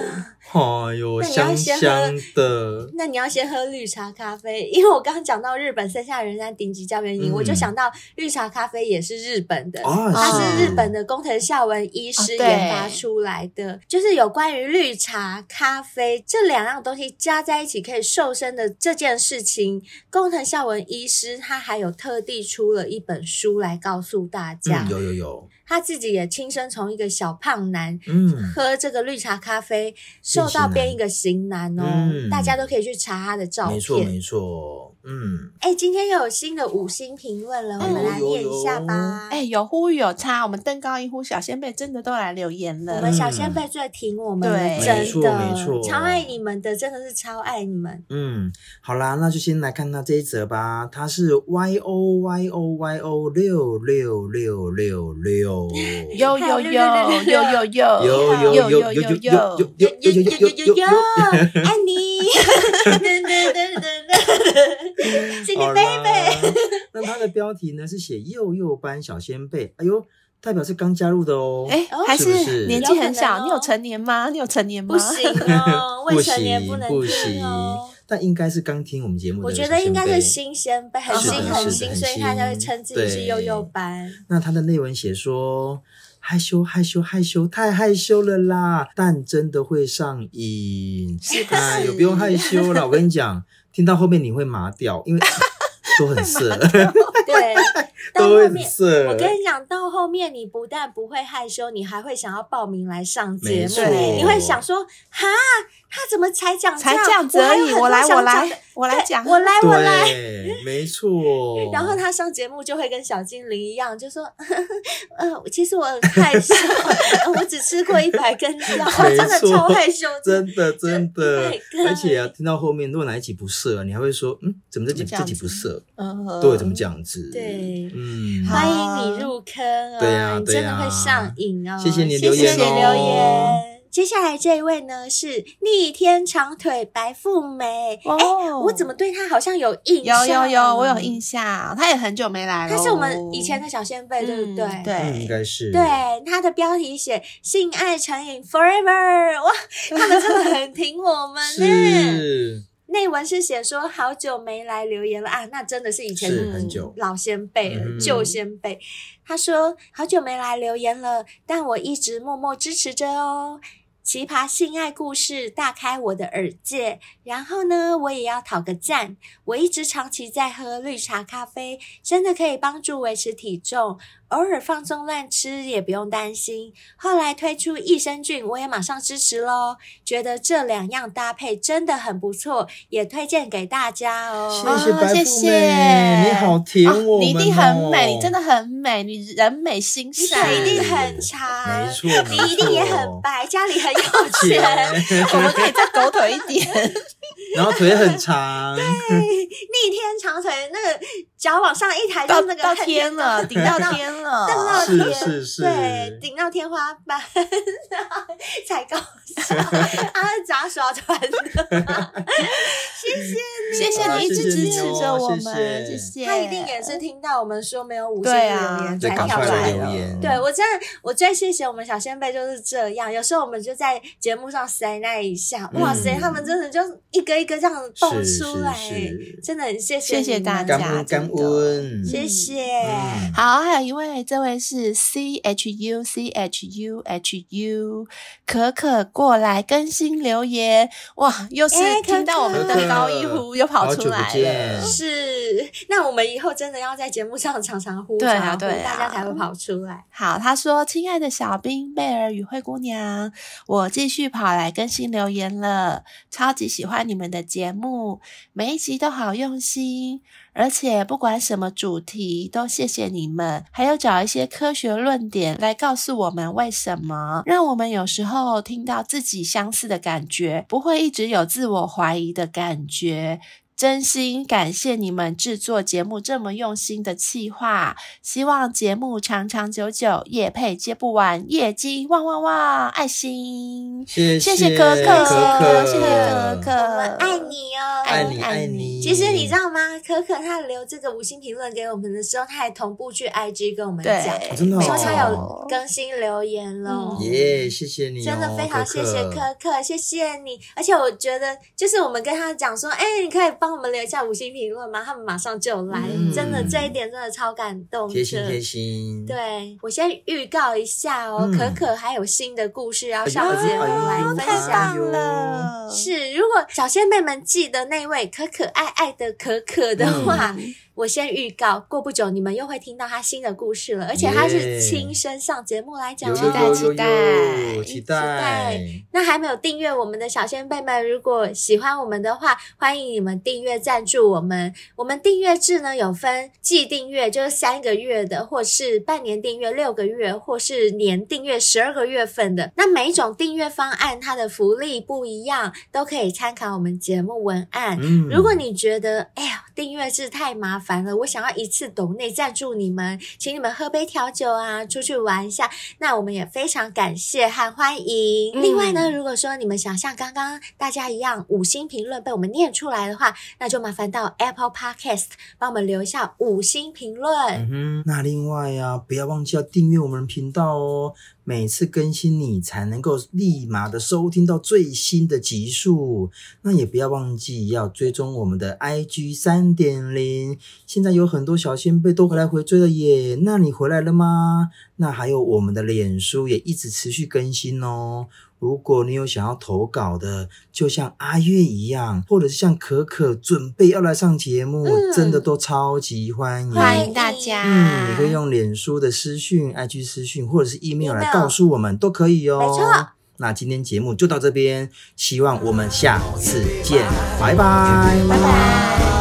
Speaker 3: 哎呦，
Speaker 2: 那你要
Speaker 3: 香
Speaker 2: 先喝
Speaker 3: 香的，
Speaker 2: 那你要先喝绿茶咖啡，因为我刚刚讲到日本生下人丹顶级胶原饮，
Speaker 3: 嗯
Speaker 2: 我就想到绿茶咖啡也是日本的，
Speaker 3: 啊
Speaker 2: 它是
Speaker 4: 是
Speaker 2: 日本的工藤孝文医师
Speaker 4: 啊对
Speaker 2: 研发出来的，就是有关于绿茶、咖啡这两样东西加在一起可以瘦身的这件事情。工藤孝文医师他还有特地出了一本书来告诉大家，
Speaker 3: 嗯，有有有，
Speaker 2: 他自己也亲身从一个小胖男。
Speaker 3: 嗯，
Speaker 2: 喝这个绿茶咖啡，瘦到变一个型男哦，
Speaker 3: 嗯
Speaker 2: 大家都可以去查他的照
Speaker 3: 没错
Speaker 2: 片。
Speaker 3: 没错，嗯，
Speaker 2: 哎，今天又有新的五星评论
Speaker 3: 哎
Speaker 2: 了，我
Speaker 4: 嗯
Speaker 2: 们来
Speaker 3: 有
Speaker 2: 念一下吧。
Speaker 4: 哎、有呼有差，我们登高一呼，小先辈真的都来留言
Speaker 2: 我
Speaker 4: 了。
Speaker 2: 们小先辈最挺我们了，
Speaker 4: 对
Speaker 3: 没
Speaker 2: 真
Speaker 3: 错
Speaker 2: 的
Speaker 3: 嗯没错
Speaker 2: 超爱你们的，真的是超爱你们。
Speaker 3: 嗯，好啦，那就先来看到这一则吧。它是 Y O Y O Y O 六六六六六，
Speaker 4: 有有有有
Speaker 3: 有有有有有
Speaker 4: 有有
Speaker 3: 有有有有有有有 有。
Speaker 2: 爱 你，噔噔噔噔噔，是你
Speaker 3: 好
Speaker 2: 贝
Speaker 3: 啦
Speaker 2: 贝。
Speaker 3: 那它的标题呢是写幼幼班小先辈，哎呦，代表是刚加入的哦。
Speaker 4: 哎、
Speaker 2: 哦
Speaker 4: 还
Speaker 3: 是不是
Speaker 4: 年纪
Speaker 2: 有
Speaker 4: 很
Speaker 2: 可
Speaker 4: 小，
Speaker 2: 能哦
Speaker 4: 你有成年吗？你有成年吗？
Speaker 2: 不行哦，未
Speaker 3: 不
Speaker 2: 成年
Speaker 3: 行
Speaker 2: 能
Speaker 3: 不
Speaker 2: 听
Speaker 3: 行
Speaker 2: 哦。，
Speaker 3: 但应该是刚听我们节目的。
Speaker 2: 我觉得应该是。新鲜辈，很
Speaker 4: 是
Speaker 2: 新
Speaker 4: 的
Speaker 2: 很
Speaker 4: 是
Speaker 2: 新，
Speaker 3: 啊的
Speaker 2: 所以
Speaker 3: 很
Speaker 2: 他才会
Speaker 3: 新
Speaker 2: 称自己是
Speaker 3: 对
Speaker 2: 幼幼 班。
Speaker 3: 那他的内文写说。害羞，害羞，害羞，太害羞了啦！但真的会上瘾，
Speaker 4: 是不
Speaker 3: 哎
Speaker 4: 是
Speaker 3: 呦，不用害羞啦，我跟你讲，听到后面你会麻掉， 因为都很色，
Speaker 2: 对，到
Speaker 3: 都
Speaker 2: 后
Speaker 3: 很
Speaker 2: 面
Speaker 3: 色。
Speaker 2: 我跟你讲，到后面你不但不会害羞，你还会想要报名来上节
Speaker 3: 没
Speaker 2: 目
Speaker 3: 错，
Speaker 2: 你会想说，哈，他怎么才讲
Speaker 4: 才
Speaker 2: 这
Speaker 4: 这样
Speaker 2: 样
Speaker 4: 子而已，我
Speaker 2: 我还
Speaker 4: 来
Speaker 2: 有很多
Speaker 4: 我
Speaker 2: 想讲的
Speaker 4: 来我来讲，啊嗯
Speaker 2: 我来我来。
Speaker 3: 对，没错。
Speaker 2: 然后他上节目就会跟小精灵一样，就说：“ 呃，其实我很害羞， 呃我只吃过一百根药，我真的
Speaker 3: 没错
Speaker 2: 超害羞。”
Speaker 3: 真的真的
Speaker 2: Oh my，God
Speaker 3: 而且啊，听到后面如果哪一集不色，你还会说，嗯，怎么这集
Speaker 4: 怎么这样
Speaker 3: 这
Speaker 4: 子
Speaker 3: 集不色？
Speaker 4: 嗯
Speaker 3: 对，怎么？这样子？，
Speaker 2: 对，
Speaker 3: 嗯，
Speaker 4: 好
Speaker 2: 欢迎你入坑哦，
Speaker 3: 对啊
Speaker 2: 你
Speaker 3: 对
Speaker 2: 真的
Speaker 3: 啊
Speaker 2: 会上瘾哦。
Speaker 3: 谢谢你
Speaker 2: 谢
Speaker 3: 留言
Speaker 2: 谢
Speaker 3: 哦
Speaker 2: 留言接下来这一位呢是逆天长腿白富美，哎、
Speaker 4: 哦
Speaker 2: 我怎么对她好像有印
Speaker 4: 有
Speaker 2: 象？哦
Speaker 4: 有有，我有印象，他也很久没来了。
Speaker 2: 她是我们以前的小先辈，对不对？
Speaker 4: 嗯
Speaker 3: 嗯，应
Speaker 4: 对，
Speaker 3: 该是
Speaker 2: 对，她的标题写“性爱成瘾 forever”，哇， 他们真的很挺我们呢。
Speaker 3: 是
Speaker 2: 内文是写说好久没来留言了啊，那真的是以前
Speaker 3: 是很久。
Speaker 2: 老先辈了，
Speaker 3: 嗯
Speaker 2: 旧先辈。他说：“好久没来留言了，但我一直默默支持着哦。”奇葩性爱故事大开我的耳界，然后呢，我也要讨个赞。我一直长期在喝绿茶咖啡，真的可以帮助维持体重，偶尔放纵乱吃也不用担心。后来推出益生菌，我也马上支持喽，觉得这两样搭配真的很不错，也推荐给大家哦。
Speaker 3: 谢
Speaker 4: 哦
Speaker 3: 啊谢白富美，
Speaker 4: 谢谢
Speaker 3: 你好甜
Speaker 4: 哦
Speaker 3: 我们哦
Speaker 4: 你一定很美，你 真的很美，你人美心
Speaker 2: 你
Speaker 4: 善，
Speaker 2: 腿一定很长，
Speaker 3: 没错，啊
Speaker 2: 你一定也很白，家里 很有钱。
Speaker 3: 没错。
Speaker 4: 我们可以再狗腿一点。
Speaker 3: 然后腿很长，
Speaker 2: 逆天长腿，那个脚往上一抬，就
Speaker 4: 到
Speaker 2: 那个
Speaker 4: 到
Speaker 2: 恨
Speaker 4: 天了，顶到天 了，
Speaker 2: 瞪到
Speaker 3: 是
Speaker 2: 天，
Speaker 3: 是是
Speaker 2: 对，顶到天花板， 才搞 笑。啊，杂耍 团的，谢谢
Speaker 4: 谢谢你一直支持着我
Speaker 3: 谢
Speaker 4: 们，
Speaker 3: 谢你哦
Speaker 4: 谢
Speaker 3: 谢谢
Speaker 4: 谢。
Speaker 2: 他一定也是听到我们说没有五星
Speaker 4: 对啊
Speaker 2: 留言
Speaker 3: 对，
Speaker 2: 才
Speaker 3: 赶
Speaker 2: 跳
Speaker 3: 快
Speaker 2: 来
Speaker 3: 来
Speaker 2: 的。
Speaker 3: 留言。
Speaker 2: 对我真的，我最谢谢我们小先辈就是这样。有时候我们就在节目上塞那一下，
Speaker 3: 嗯
Speaker 2: 哇塞，他们真的就一个一个这样蹦
Speaker 3: 是
Speaker 2: 出来，
Speaker 3: 是是
Speaker 2: 真的很谢
Speaker 4: 谢谢
Speaker 2: 你们
Speaker 4: 大
Speaker 3: 感
Speaker 4: 家
Speaker 3: 恩感
Speaker 4: 真的
Speaker 3: 恩，
Speaker 2: 谢谢。
Speaker 3: 嗯
Speaker 4: 好，还有一位，这位是 C H U C H U H U 可可过来更新留言，哇，又是
Speaker 2: 哎可可
Speaker 4: 听到我们的高一呼又跑出
Speaker 3: 好久
Speaker 4: 来
Speaker 3: 不见
Speaker 4: 了。
Speaker 2: 是，那我们以后真的要在节目上常常呼，
Speaker 4: 对啊
Speaker 2: 常常呼
Speaker 4: 对啊
Speaker 2: 大家才会跑出来。
Speaker 4: 好，他说：“亲爱的小兵、贝尔与灰姑娘，我继续跑来更新留言了，超级喜欢你们的节目，每一集都好用心，而且不管什么主题，都谢谢你们，还有找一些科学论点来告诉我们为什么，让我们有时候听到自己相似的感觉，不会一直有自我怀疑的感觉。”真心感谢你们制作节目这么用心的企划，希望节目长长久久，夜配接不完，业绩旺旺旺，爱心，
Speaker 3: 谢
Speaker 4: 谢
Speaker 3: 谢
Speaker 4: 可可，
Speaker 3: 可可
Speaker 4: 谢谢可可，
Speaker 2: 我们爱，你哦，
Speaker 3: 爱
Speaker 4: 你
Speaker 3: 你爱你。
Speaker 2: 其实你知道吗？可可他留这个五星评论给我们的时候，他还同步去 IG 跟我们
Speaker 4: 对
Speaker 2: 讲，，
Speaker 3: 哦真的哦
Speaker 2: 说他有更新留言了。
Speaker 4: 嗯
Speaker 3: 耶，谢谢你哦，
Speaker 2: 真的非常谢谢
Speaker 3: 可
Speaker 2: 可可，谢谢你。而且我觉得，就是我们跟他讲说，哎、你可以帮我们留一下五星评论吗？他们马上就来，
Speaker 4: 嗯
Speaker 2: 真的这一点真的超感动的。
Speaker 3: 贴心贴心。
Speaker 2: 对我先预告一下哦，
Speaker 3: 嗯
Speaker 2: 可可还有新的故事要
Speaker 3: 哎呦，
Speaker 2: 上节目
Speaker 3: 哎
Speaker 2: 来
Speaker 3: 呦
Speaker 2: 分
Speaker 3: 哎
Speaker 2: 享
Speaker 3: 呦。
Speaker 4: 棒了，
Speaker 2: 是，如果小先辈们记得那位可可爱爱的可可
Speaker 3: 嗯
Speaker 2: 的话，我先预告，过不久你们又会听到他新的故事了，而且他是
Speaker 3: 耶
Speaker 2: 亲身上节目来讲
Speaker 3: 有
Speaker 2: 哦。
Speaker 4: 期待
Speaker 3: 有有
Speaker 4: 期待
Speaker 3: 有有
Speaker 4: 期
Speaker 3: 期
Speaker 2: 待
Speaker 3: 待，
Speaker 2: 那还没有订阅我们的小先辈们，如果喜欢我们的话，欢迎你们订阅赞助我们。我们订阅制呢有分季订阅，就是三个月的，或是半年订阅六个月，或是年订阅十二个月份的。那每一种订阅方案它的福利不一样，都可以参考我们节目文案。
Speaker 3: 嗯
Speaker 2: 如果你觉得，哎呀，订阅制太麻烦了，我想要一次抖内赞助你们，请你们喝杯调酒啊，出去玩一下，那我们也非常感谢和欢迎。
Speaker 4: 嗯
Speaker 2: 另外呢，如果说你们想像刚刚大家一样五星评论被我们念出来的话，那就麻烦到 Apple Podcast 帮我们留下五星评论。
Speaker 3: 嗯哼，那另外呀、不要忘记要订阅我们的频道哦，每次更新你才能够立马的收听到最新的集数。那也不要忘记要追踪我们的 IG 三点零，现在有很多小先辈都回来回追了耶。那你回来了吗？那还有我们的脸书也一直持续更新哦。如果你有想要投稿的，就像阿月一样，或者是像可可准备要来上节目，
Speaker 2: 嗯
Speaker 3: 真的都超级欢迎。
Speaker 4: 欢迎大家，
Speaker 3: 嗯，你可以用脸书的私讯、IG 私讯或者是 email 来
Speaker 2: email
Speaker 3: 告诉我们，都可以哦。
Speaker 2: 没错。
Speaker 3: 那今天节目就到这边，希望我们下次见，拜拜，拜拜。
Speaker 4: 拜拜。